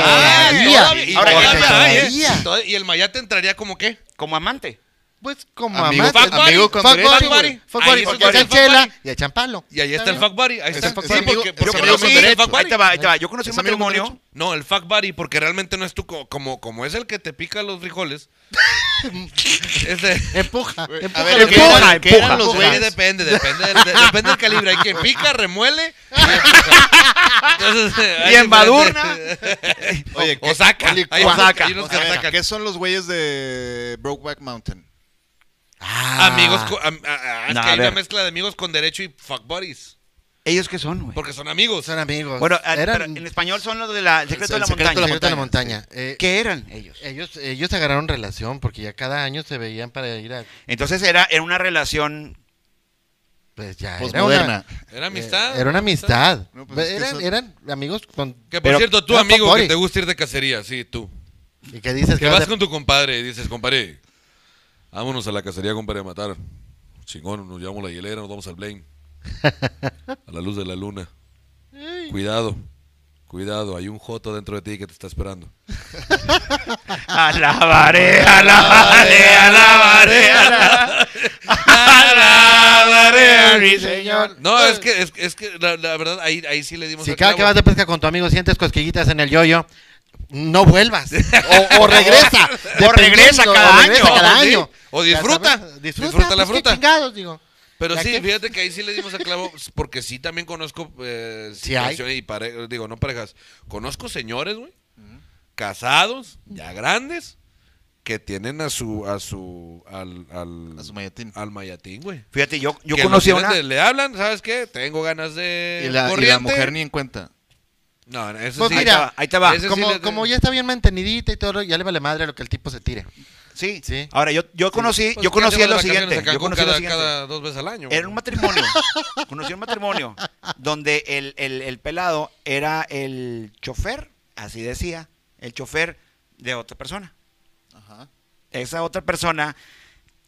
todavía. todavía, y ahora todavía, porque ya, ay, eh, todavía. tod- y el mayate entraría como qué? Como amante. Pues como Amigo, amante. fuck buddy, amigo con fuck derecho, buddy, güey. güey. Fuck Ahí buddy, es porque fuck buddy. echan chela y echan palo. Y ahí está el fuck buddy. Ahí está. el fuck Sí, buddy. porque, Amigo- porque yo no amigo es con el derecho. fuck buddy. Ahí te va, ahí te va. Yo conocí ¿Es un amigo con matrimonio. derecho? No, el fuck buddy, porque realmente no es tú co- como, como es el que te pica los frijoles. Ese- Empuja, Güey, a empuja, ver, empuja, ¿qué eran- empuja, qué eran los empuja. güeyes? Depende, depende, del- de- depende del calibre. Hay quien pica, remuele. y empuja. Entonces, hay Y diferente- embadurna. Oye, O saca. Oli- Hay o unos- saca. hay unos que A ver, sacan. ¿Qué son los güeyes de Brokeback Mountain? Ah. Amigos con, am- a- a- es No, que a hay una ver. mezcla de amigos con derecho y fuck buddies. ¿Ellos qué son, güey? Porque son amigos. Son amigos. Bueno, ah, Eran- pero en español son los de la el secreto El de la secreto montaña. El secreto de la montaña. Eh, ¿Qué eran ellos? Ellos, ellos agarraron relación porque ya cada año se veían para ir a. Entonces era, era una relación Pues ya. era Postmoderna. Era una- amistad. eh, Era una amistad. No, pues es que eran, eso- eran amigos con. Que por Pero- cierto, tú Pero amigo fuck que buddy. te gusta ir de cacería, sí, tú. ¿Y qué dices? Que vas vas a- con tu compadre y dices, compadre, vámonos a la cacería, compadre, a matar. Chingón, nos llevamos la hielera, nos vamos al <laughs> Blaine. A la luz de la luna. Cuidado, cuidado, hay un joto dentro de ti que te está esperando. <laughs> Alabaré, alabaré, alabaré, alabaré, a mi señor. No, pues, es que, es, es que la, la verdad, ahí, ahí sí le dimos Si al cada que vas clavo. de pesca con tu amigo sientes cosquillitas en el yoyo, no vuelvas. <laughs> O, o regresa. dependiendo, regresa cada o regresa año. cada O sí, año. o disfruta, Ya sabes, Disfruta, disfruta la pues, qué fruta. chingados, digo. Pero Ya sí, que- fíjate que ahí sí le dimos al clavo, porque sí también conozco eh, Sí hay. situaciones y pare- digo, no parejas, conozco señores, güey, casados, ya grandes, que tienen a su, a su, al, al, A su mayatín. al mayatín, güey. Fíjate, yo, yo Que conocí a los una. señores Le, le hablan, ¿sabes qué? Tengo ganas de Y la, y la corriente. mujer ni en cuenta. No, no, eso Pues sí. Ahí te mira, va, ahí te va. Ese sí Como, le- como ya está bien mantenidita y todo, ya le vale madre lo que el tipo se tire. Sí. Sí. Ahora, yo, yo conocí, Pues, yo ¿qué conocí se van lo de vacaciones siguiente. a Yo Cancún conocí lo cada- siguiente. cada dos veces al año. güey? Era un matrimonio. Conocí un matrimonio donde el, el, el pelado era el chofer, así decía, el chofer de otra persona. Ajá. Esa otra persona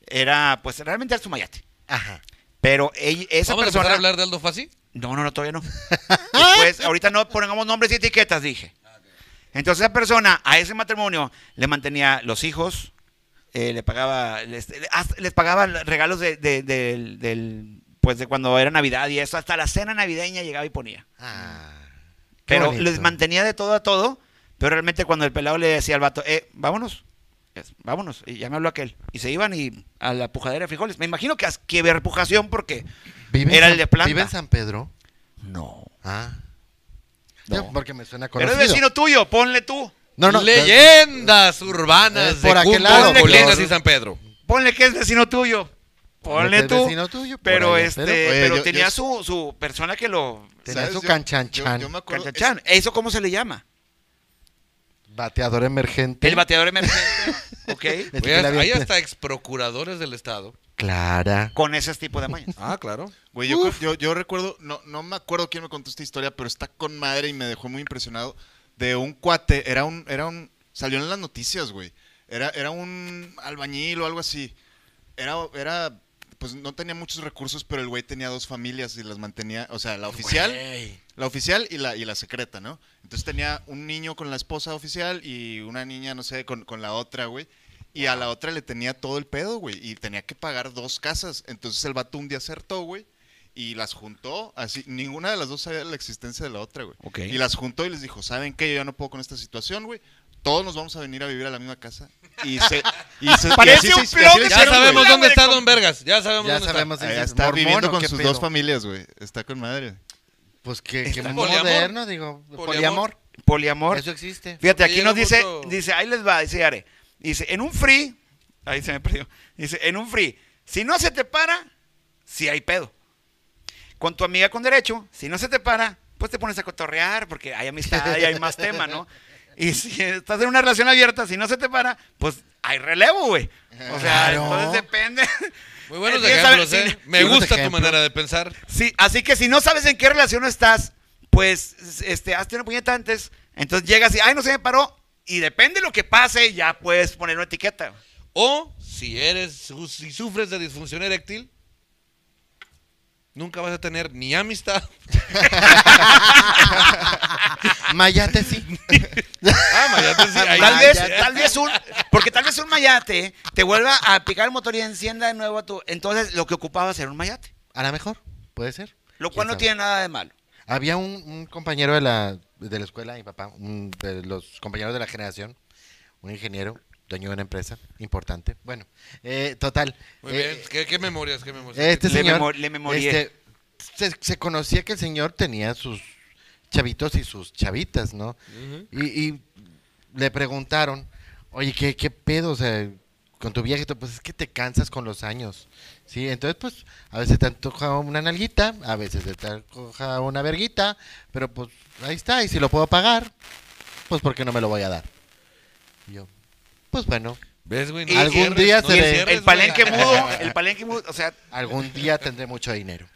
era, pues, realmente era su mayate. Ajá. Pero ella- esa ¿Vamos a empezar persona. a hablar de Aldo Fassi? No, no, no, todavía no. Después, ahorita no pongamos nombres y etiquetas, dije. Entonces esa persona a ese matrimonio le mantenía los hijos, eh, le pagaba, les, hasta- les pagaba regalos de, de- del- del- pues de cuando era Navidad y eso, hasta la cena navideña llegaba y ponía. Ah, qué Pero bonito. les mantenía de todo a todo, pero realmente cuando el pelado le decía al vato, eh, vámonos, es, vámonos, y ya me habló aquel. Y se iban y a la pujadera de frijoles. Me imagino que a que ver pujación porque ¿Vive en era San- el de planta. ¿Vive en San Pedro? No. Ah. No. Yo, porque me suena Pero conocido. es vecino tuyo, ponle tú. No, no. eh, Leyendas urbanas Es de por aquel Cumbo, lado, Colinas claro. y San Pedro. Ponle que es vecino tuyo. Ponle Es tú. vecino tuyo, por Pero allá, este, pero- pero, Oye, yo- tenía yo- su, su persona que lo Tenía ¿Sabes? su Yo- canchanchan. Yo, yo me acuerdo. canchanchan. ¿Eso cómo se le llama? Bateador emergente. El bateador emergente, ¿ok? <laughs> El que Oye, la hay avienta. hasta ex procuradores del Estado. Clara. Con ese tipo de mañas. Ah, claro. Güey, yo, yo, yo recuerdo, no, no me acuerdo quién me contó esta historia, pero está con madre y me dejó muy impresionado. De un cuate, era un, era un, salió en las noticias, güey. Era, era un albañil o algo así. Era, era, pues no tenía muchos recursos, pero el güey tenía dos familias y las mantenía, o sea, la oficial, la oficial y la, y la secreta, ¿no? Entonces tenía un niño con la esposa oficial y una niña, no sé, con, con la otra, güey. Y a la otra le tenía todo el pedo, güey. Y tenía que pagar dos casas. Entonces el vato un día acertó, güey. Y las juntó, así, ninguna de las dos sabía la existencia de la otra, güey. Ok. Y las juntó y les dijo, ¿saben qué? Yo ya no puedo con esta situación, güey. Todos nos vamos a venir a vivir a la misma casa. Y se... Y se y Parece así un se- y así plan le de Ya Hicieron, hicieron, sabemos güey. dónde está Don Vergas. Ya sabemos Ya dónde sabemos. güey. dónde Allá está. está ¿Mormón viviendo o con qué sus pedo? dos familias, güey. Está con madre. Pues que, que Está moderno, digo. Poliamor. Poliamor. Poliamor. Eso existe. Fíjate, Porque aquí nos llega dice, mucho- dice, ahí les va, dice Are. Dice, en un free, ahí se me perdió. Dice, en un free, si no se te para, si hay pedo. Con tu amiga con derecho, si no se te para, pues te pones a cotorrear porque hay amistad y hay más tema, ¿no? Y si estás en una relación abierta, si no se te para, pues hay relevo, güey. O sea, Claro. entonces depende. está. Muy buenos Tienes que ejemplos, saber- ¿eh? sí, Me sí, buenos gusta tu ejemplos. manera de pensar. Sí, así que si no sabes en qué relación estás, pues este, hazte una puñeta antes. Entonces llegas y, ay, no se me paró. Y depende de lo que pase, ya puedes poner una etiqueta. O si eres, su- si sufres de disfunción eréctil, nunca vas a tener ni amistad. <laughs> Mayate sí. Ah, Mayate, sí, ahí- Tal ya, vez, ya. tal vez un, porque tal vez un mayate te vuelva a picar el motor y encienda de nuevo a tu. Entonces lo que ocupaba era un mayate, A lo mejor. Puede ser. lo ¿Quién cual no sabe? tiene nada de malo. Había un, un compañero de la, de la escuela, mi papá, un- de los compañeros de la generación, un ingeniero, dueño de una empresa importante. Bueno, eh, total. Muy eh, bien. ¿Qué, qué memorias? ¿Qué memorias? Este Le señor. memo- le memorié. este, se, se conocía que el señor tenía sus chavitos y sus chavitas, ¿no? Ujú. y, y le preguntaron, oye, ¿qué, qué pedo? O sea, con tu viejito, pues es que te cansas con los años. Sí, entonces pues a veces te antoja una nalguita, a veces te antoja una verguita, pero pues ahí está, y si lo puedo pagar, pues porque no me lo voy a dar. Y yo, pues bueno, ¿Ves, güey? Y- Algún día le seré- cierres, El palenque güey. mudo, el palenque mudo, o sea, algún día tendré mucho dinero.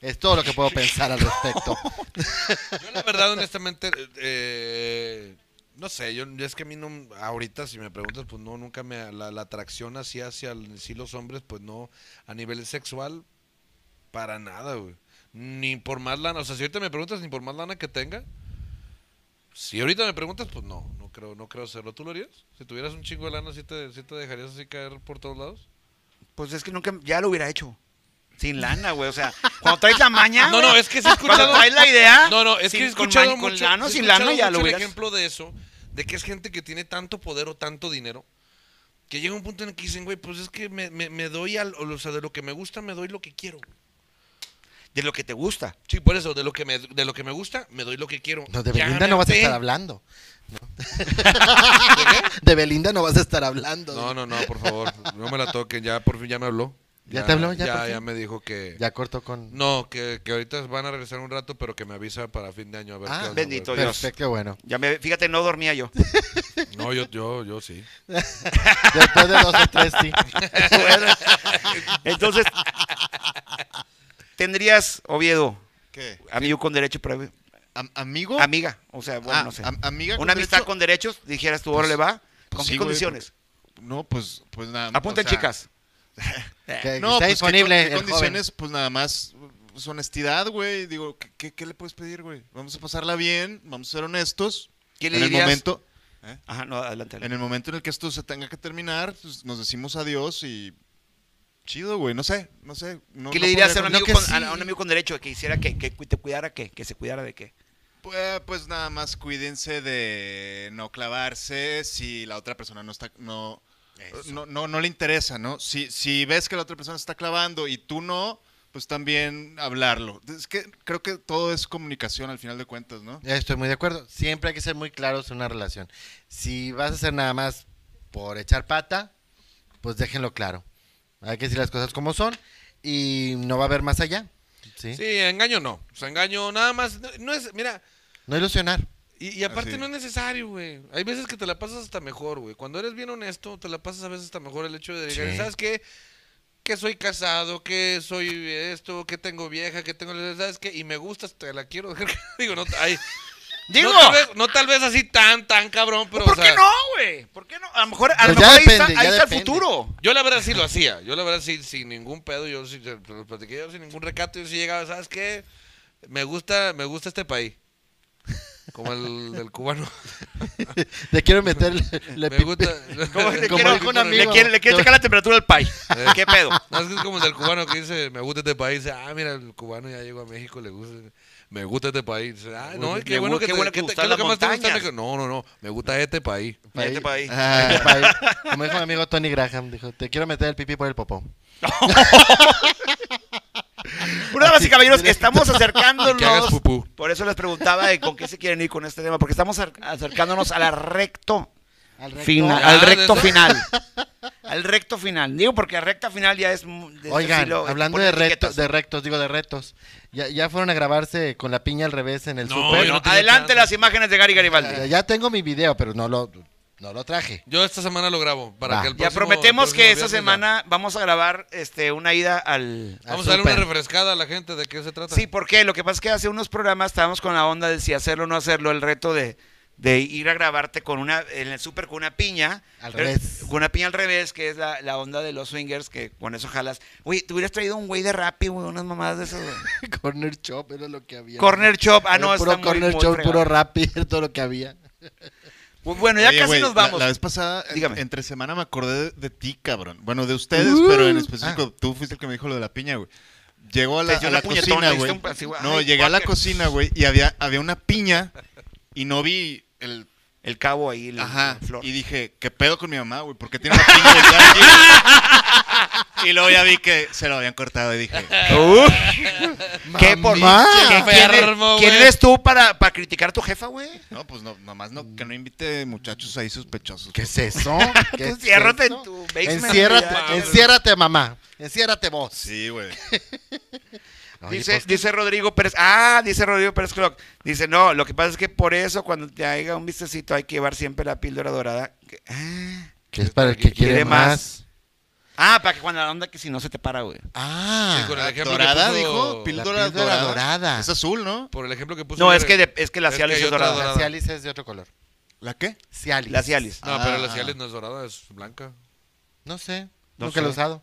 Es todo lo que puedo pensar al respecto. Yo, la verdad, honestamente, eh, no sé, yo yo es que a mí no, ahorita si me preguntas, pues no, nunca me, la, la atracción así hacia el- sí los hombres, pues no, a nivel sexual, para nada, güey. Ni por más lana, o sea, si ahorita me preguntas, ni por más lana que tenga, si ahorita me preguntas, pues no, no creo, no creo hacerlo. ¿Tú lo harías? Si tuvieras un chingo de lana, ¿sí te, sí te dejarías así caer por todos lados? pues es que nunca, ya lo hubiera hecho. Sin lana, güey, o sea, cuando traes la maña, No, no, güey, es que sí he cuando escuchado. traes la idea, No, no, es sin- que he con escuchado maña- con mucho, lana o he sin lana, escuchado ya lo mucho el hubieras- ejemplo de eso, de que es gente que tiene tanto poder o tanto dinero, que llega un punto en el que dicen, güey, pues es que me, me- me doy al, o sea, de lo que me gusta, me doy lo que quiero. de lo que te gusta. Sí, por eso, de lo que me, de lo que me gusta, me doy lo que quiero. No, de Ya Belinda no me vas a harté. estar hablando. ¿no? De Belinda no vas a estar hablando. No, no, no, por favor, no me la toquen, ya por fin ya me habló. ¿Ya te habló? ¿Ya Ya, por ya, fin? me dijo que... Ya corto con... No, que, que ahorita van a regresar un rato, pero que me avisa para fin de año a ver Ah, qué onda, bendito güey. Dios. Perfecto, qué bueno. Ya me, fíjate, no dormía <laughs> yo. No, yo, yo, yo sí. Después de dos o tres, sí. Bueno, entonces, tendrías, Oviedo, ¿Qué? amigo con derecho, previo, Am- ¿Amigo? amiga, o sea, bueno, Ah, no sé. am- amiga Una con amistad derecho- con derechos, dijeras tú, ahora le va, ¿con qué Pues sí, güey, condiciones? No, pues, pues nada más. Apunten, o sea, chicas. Que No, está pues ¿qué disponible. con- qué el condiciones, pues nada más. Pues honestidad, güey. Digo, ¿qué, qué, qué le puedes pedir, güey? Vamos a pasarla bien, vamos a ser honestos. ¿Qué le en dirías? el momento, Ajá, no, adelante. en el momento en el que esto se tenga que terminar, pues, nos decimos adiós y chido, güey. No sé, no sé. no- ¿Qué no le dirías podría a un, con- amigo No, que con, sí. a un amigo con derecho que hiciera que, que cu- te cuidara qué? Que se cuidara de qué. Pues, pues nada más cuídense de no clavarse si la otra persona no está no no, no, no le interesa, ¿no? Si, si ves que la otra persona se está clavando y tú no, pues también hablarlo. Es que creo que todo es comunicación al final de cuentas, ¿no? joven. Estoy muy de acuerdo. Siempre hay que ser muy claros en una relación. Si vas a hacer nada más por echar pata, pues déjenlo claro. Hay que decir las cosas como son y no va a haber más allá. ¿sí? Sí, engaño no. O sea, engaño nada más. No, no es, mira, No ilusionar. y, y aparte Así. no es necesario, güey. Hay veces que te la pasas hasta mejor, güey. Cuando eres bien honesto, te la pasas a veces hasta mejor el hecho de decir, Sí. ¿sabes qué? Que soy casado, que soy esto, que tengo vieja, que tengo... ¿Sabes qué? Y me gustas, te la quiero dejar. <laughs> Digo, no, ay, Digo, no, tal vez, no tal vez así tan, tan cabrón, Pues, pero... Pues, ¿por o qué sea, no, güey? ¿Por qué no? A lo mejor, a lo Pues ya mejor ahí está, depende, ahí ya está el depende. <laughs> futuro. Yo la verdad sí lo hacía. Yo la verdad sí, sin ningún pedo. Yo sí, te lo platiqué yo sin ningún recato. Yo sí llegaba, ¿sabes qué? Me gusta, me gusta este país. Como el del cubano. <laughs> Te <laughs> quiero meter el- le me pi- <laughs> <laughs> gusta. Como le Como quiero- dijo un le amigo. quiere, le quiere checar la temperatura del <laughs> país. Eh. ¿Qué pedo? No, es que es como el del cubano que dice, me gusta este país. Dice, Ah, mira, el cubano ya llegó a México, le gusta. Me gusta este país. Dice, Ah, no, Pues, Me qué bueno gusta- que qué te- bueno que ¿qué te- gustan qué es lo las que más te gusta de montañas. México? No, no, no. Me gusta este país. Mete pa' ahí. Ah, <laughs> pa' ahí. Como dijo mi amigo Tony Graham, dijo, te quiero meter el pipí por el popó. Bueno, damas y caballeros, estamos Y que hagas acercándonos. pupú. Por eso les preguntaba de con qué se quieren ir con este tema, porque estamos ar- acercándonos a la recto Al fina- Ah, al recto ¿neta? final. Al recto final. Digo, porque recta final ya es. mu- de este Oigan, estilo, hablando poner de, reto- etiquetas. de rectos, digo de retos, ya, ya fueron a grabarse con la piña al revés en el No, super. yo Bueno, tengo adelante chance. las imágenes de Gary Ya, Garibaldi. ya tengo mi video, pero no lo, no lo traje. <laughs> Yo esta semana lo grabo. Para Va. que el Ya próximo- prometemos próximo que esta viernes ya- semana vamos a grabar este, una ida al. Vamos al a darle una súper. refrescada a la gente de qué se trata. Sí, porque lo que pasa es que hace unos programas estábamos con la onda de si hacerlo o no hacerlo, el reto de, de ir a grabarte con una, en el súper con una piña. Al Pero- revés. Con una piña al revés, que es la, la onda de los swingers, que con eso jalas. Uy, te hubieras traído un güey de Rappi, güey, unas mamadas de esas. <laughs> güey. corner Chop era lo que había. Corner Shop, ah, Era no, puro está muy, Corner muy Chop, fregado. puro Rappi, <laughs> era todo lo que había. Pues Bueno, ya Oye, casi güey, nos la- vamos. La, vez pasada, en- Dígame. entre semana me acordé de, de ti, cabrón. Bueno, de ustedes, pero en específico tú fuiste el que me dijo lo de la piña, güey. Llegó a la, Uh. Ah. Te dio a la la puñetona, cocina, diste güey. un pa- así, güey. No, Ay, llegué a la guácala. cocina, güey, y había, había una piña y no vi el El cabo ahí, la, Ajá. la flor. Y dije, ¿qué pedo con mi mamá, güey? ¿Por qué tiene una piña volteada aquí? Y luego ya vi que se lo habían cortado y dije, ¿Qué por Mamá. ¿Qué- quién, Enfermo, quién güey. eres tú para, para criticar a tu jefa, güey? no, pues no, nomás no, que no invite muchachos ahí sospechosos. pues". ¿Qué es eso? <laughs> ¿Qué Tú es enciérrate eso? en tu basement. Enciérrate, ya. enciérrate, mamá. Enciérrate vos. Sí, güey. Oye, Dice, pues, dice Rodrigo Pérez. Ah, dice Rodrigo Pérez Clock. Dice, no, lo que pasa es que por eso cuando te haga un vistecito hay que llevar siempre la píldora dorada. Que- ah. que es para el que quiere, quiere más. más. Ah, para que cuando la onda que si no se te para, güey. Ah, con el ejemplo que dorada, puso- dijo, píldora, la píldora dorada. dorada. Es azul, ¿no? Por el ejemplo que puso. No, yo es de- que, de- Pues es que la Es que Cialis hay es otra dorada. dorada. la Cialis es de otro color. ¿La qué? Cialis. La Cialis. No, pero la Ah. Cialis no es dorada, es blanca. No sé. No nunca lo he sé. usado.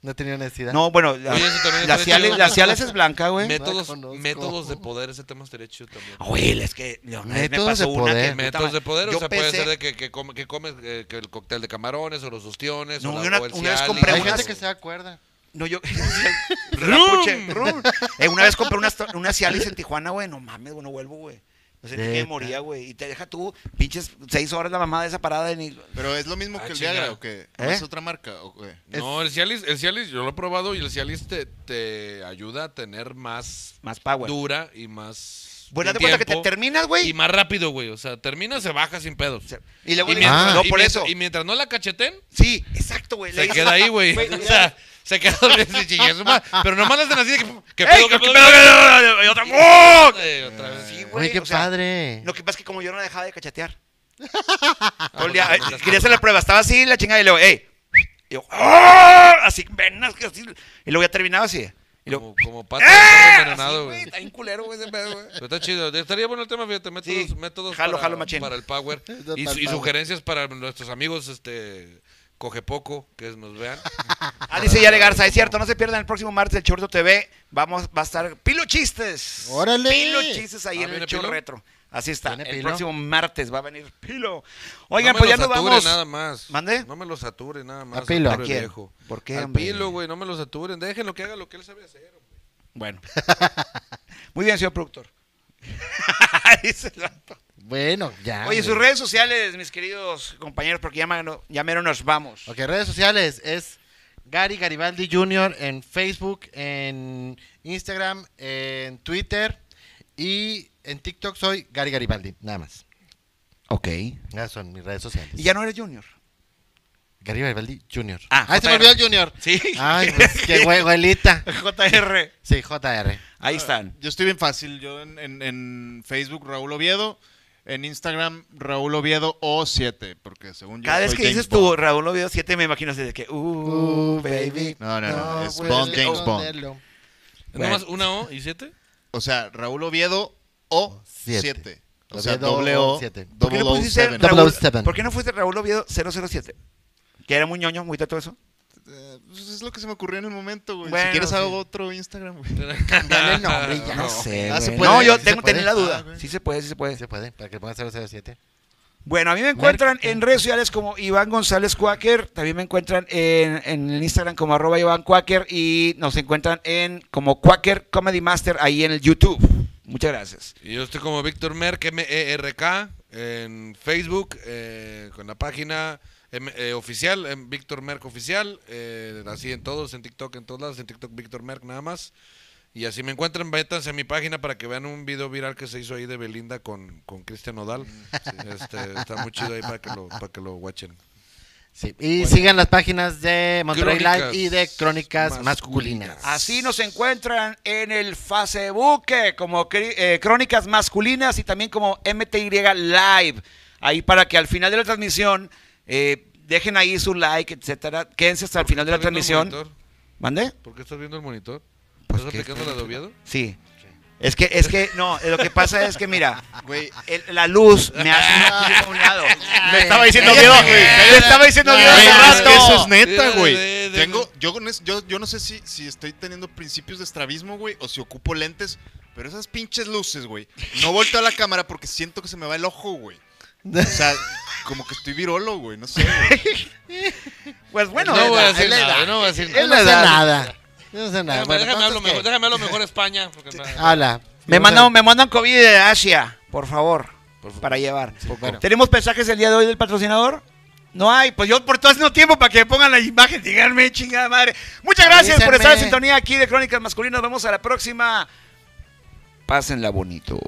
No he tenido necesidad. No, bueno, la, Oye, eso también la está Cialis, chido. la Cialis es blanca, güey. métodos, conozco. métodos de poder, ese tema está derecho también. Güey, es que yo una vez me Métodos pasó de una poder. que- Métodos de poder, Yo o sea, puede pensé- ser de que, que, come- que comes eh, que el cóctel de camarones o los ostiones. No, o la- yo una- o el una vez Cialis, compré Hay o- unas- gente que se acuerda. No, yo. <laughs> Rapuche, rum. Eh, una vez compré una, una Cialis en Tijuana, güey. No mames, güey, no vuelvo, güey. No sé ni qué Neta. moría, güey. Y te deja tú, pinches, seis horas la mamada de esa parada. Y ni- Pero es lo mismo Ah, que el chinga. Viagra, ¿o qué? ¿No ¿Eh? ¿Es otra marca? ¿O qué? No, el Cialis, el Cialis, yo lo he probado y el Cialis te, te ayuda a tener más, Más power. dura y más. Bueno, haz de de cuenta que te tiempo terminas, Y güey. más rápido, güey. O sea, termina, se baja sin pedos. Y luego Y dices, mientras- no, y por mientras- eso. Y mientras no la cacheten, Sí, exacto, <laughs> güey. Le se dices, queda ahí, güey. O sea, se queda dormido y chingue su madre. Pero nomás la hacen así de que. ¿Qué ¡Ey, pedo, qué pedo, qué pedo, qué pedo! Y otra- ¡Oh! Eh, otra vez. Sí, güey, Oye, qué o sea, padre. Lo que pasa es que como yo no dejaba de cachetear. Ah, Todo el día, bueno, eh, mientras- quería hacer la prueba. Estaba así, la chingada, y luego, ¡ey! Y yo, ¡ah! Así, venas, que así. Y luego ya terminaba así. Y luego, Como, como pata de ¡ah! perro Así, envenenado, güey. güey. Está bien culero, güey, ese pedo, güey. Pero está chido. Estaría bueno el tema, fíjate. Métodos, Sí. métodos Jalo, para, jalo, machín. para el <laughs> power. Eso Y, para el y power. sugerencias para nuestros amigos, este. Coge poco, que nos vean. Ah, dice Yale Garza, es cierto, no se pierdan el próximo martes el Chorto TV. Vamos, va a estar Pilo Chistes. ¡Órale! Pilo Chistes ahí Ah, en el ¿viene show Pilo? retro. Así está. ¿Viene El Pilo? próximo martes va a venir Pilo. No <laughs> Oigan, me pues ya lo nos sature vamos. nada más. ¿Mande? No me lo sature nada más. ¿A Pilo? ¿A pobre quién? viejo. ¿Por qué, Al hombre? Pilo, güey. No me lo saturen. Déjenlo que haga lo que él sabe hacer, hombre. Bueno. <laughs> Muy bien, señor productor. <laughs> Dice el vato. Bueno, ya. Oye, sus güey. redes sociales, mis queridos compañeros, porque ya, mano- ya mero nos vamos. Ok, redes sociales es Gary Garibaldi Jr. en Facebook, en Instagram, en Twitter y en TikTok soy Gary Garibaldi, nada más. Ok. Esas son mis redes sociales. Y ya no eres <laughs> junior. Gary Garibaldi Jr. Ah, Ay, se me JR. olvidó el Junior. Sí. Ay, <laughs> pues qué güey, güelita. JR. Sí, JR. Ahí están. Yo estoy bien fácil. Yo en, en- en Facebook, Raúl Oviedo. En Instagram, Raúl Oviedo O7. Porque según yo. Cada vez soy que James dices Bond. tu Raúl Oviedo 7, me imagino así de que, uh, baby. No, no, no. es puedes Bond, James Bond. esconderlo. Bueno. Nomás una O y siete. O sea, Raúl Oviedo O7. Siete. O sea, Oviedo doble O. O7. ¿Por qué, no pusiste 007. Ra- Raúl, 007? ¿Por qué no fuiste Raúl Oviedo 007? Que era muy ñoño, muy tato eso. Eh, pues es lo que se me ocurrió en el momento, güey. Bueno, si quieres, sí. hago otro Instagram, güey. Cambiarle <laughs> el nombre y ya. sé. Ah, güey. ¿se Eh, puede? no, yo ¿Sí se tengo puede? tenía la Ah, duda. güey. sí se puede, sí se puede. Se puede, para que ponga 007. Bueno, a mí me encuentran en redes sociales como Iván González Quaker. También me encuentran en, en el Instagram como arroba Iván Quaker. Y nos encuentran en como Quaker Comedy Master ahí en el YouTube. Muchas gracias. Y yo estoy como Víctor Merck, M-E-R-K, E en Facebook, eh, con la página em, eh, oficial, en Víctor Merck Oficial, eh, así en todos, en TikTok, en todos lados, en TikTok Víctor Merck nada más. Y así me encuentran, métanse a mi página para que vean un video viral que se hizo ahí de Belinda con, con Cristian Mm. Odal. Este, está muy chido ahí para que lo, para que lo watchen. Sí. Y sigan las páginas de Monterrey Crónicas Live y de Crónicas Masculinas. Ah, Masculinas. Así nos encuentran en el Facebook eh, como cri- eh, Crónicas Masculinas y también como MTY Live. Ahí para que al final de la transmisión eh, dejen ahí su like, etcétera. Quédense hasta el final de la ¿Estás viendo el transmisión. monitor? ¿Mande? ¿Por qué estás viendo el monitor? Pues ¿Estás que- aplicando la de Oviedo? Sí. Es que, es que, no, eh, lo que pasa es que, mira, Güey, el- la luz me <laughs> hace a un lado. Le estaba diciendo Cállate, Dios, güey. güey. Le estaba diciendo Güey, Dios al es que rato. eso es neta, Sí, güey. de- de- Tengo, yo, con es- yo, yo no sé si, si estoy teniendo principios de estrabismo, güey, o si ocupo lentes, pero esas pinches luces, güey. No volteo a la cámara porque siento que se me va el ojo, güey. O sea, como que estoy virolo, güey, no sé. güey. Pues bueno, no voy a ¿verdad? decir es la nada, edad, no voy a decir nada. Él no Es hace la edad. nada. Yo no sé nada. Déjame, Bueno, déjame hablo entonces, mejor, ¿qué? déjame hablo mejor España. porque no- Habla. me Yo no mandan, sé. me mandan COVID de Asia, por favor, Por favor. para llevar. Bueno, ¿Tenemos mensajes el día de hoy del patrocinador? No hay, pues yo por todo no tiempo para que pongan la imagen, díganme, chingada madre. Muchas gracias por estar en Avísenme. sintonía aquí de Crónicas Masculinas. Nos vemos a la próxima. Pásenla bonito.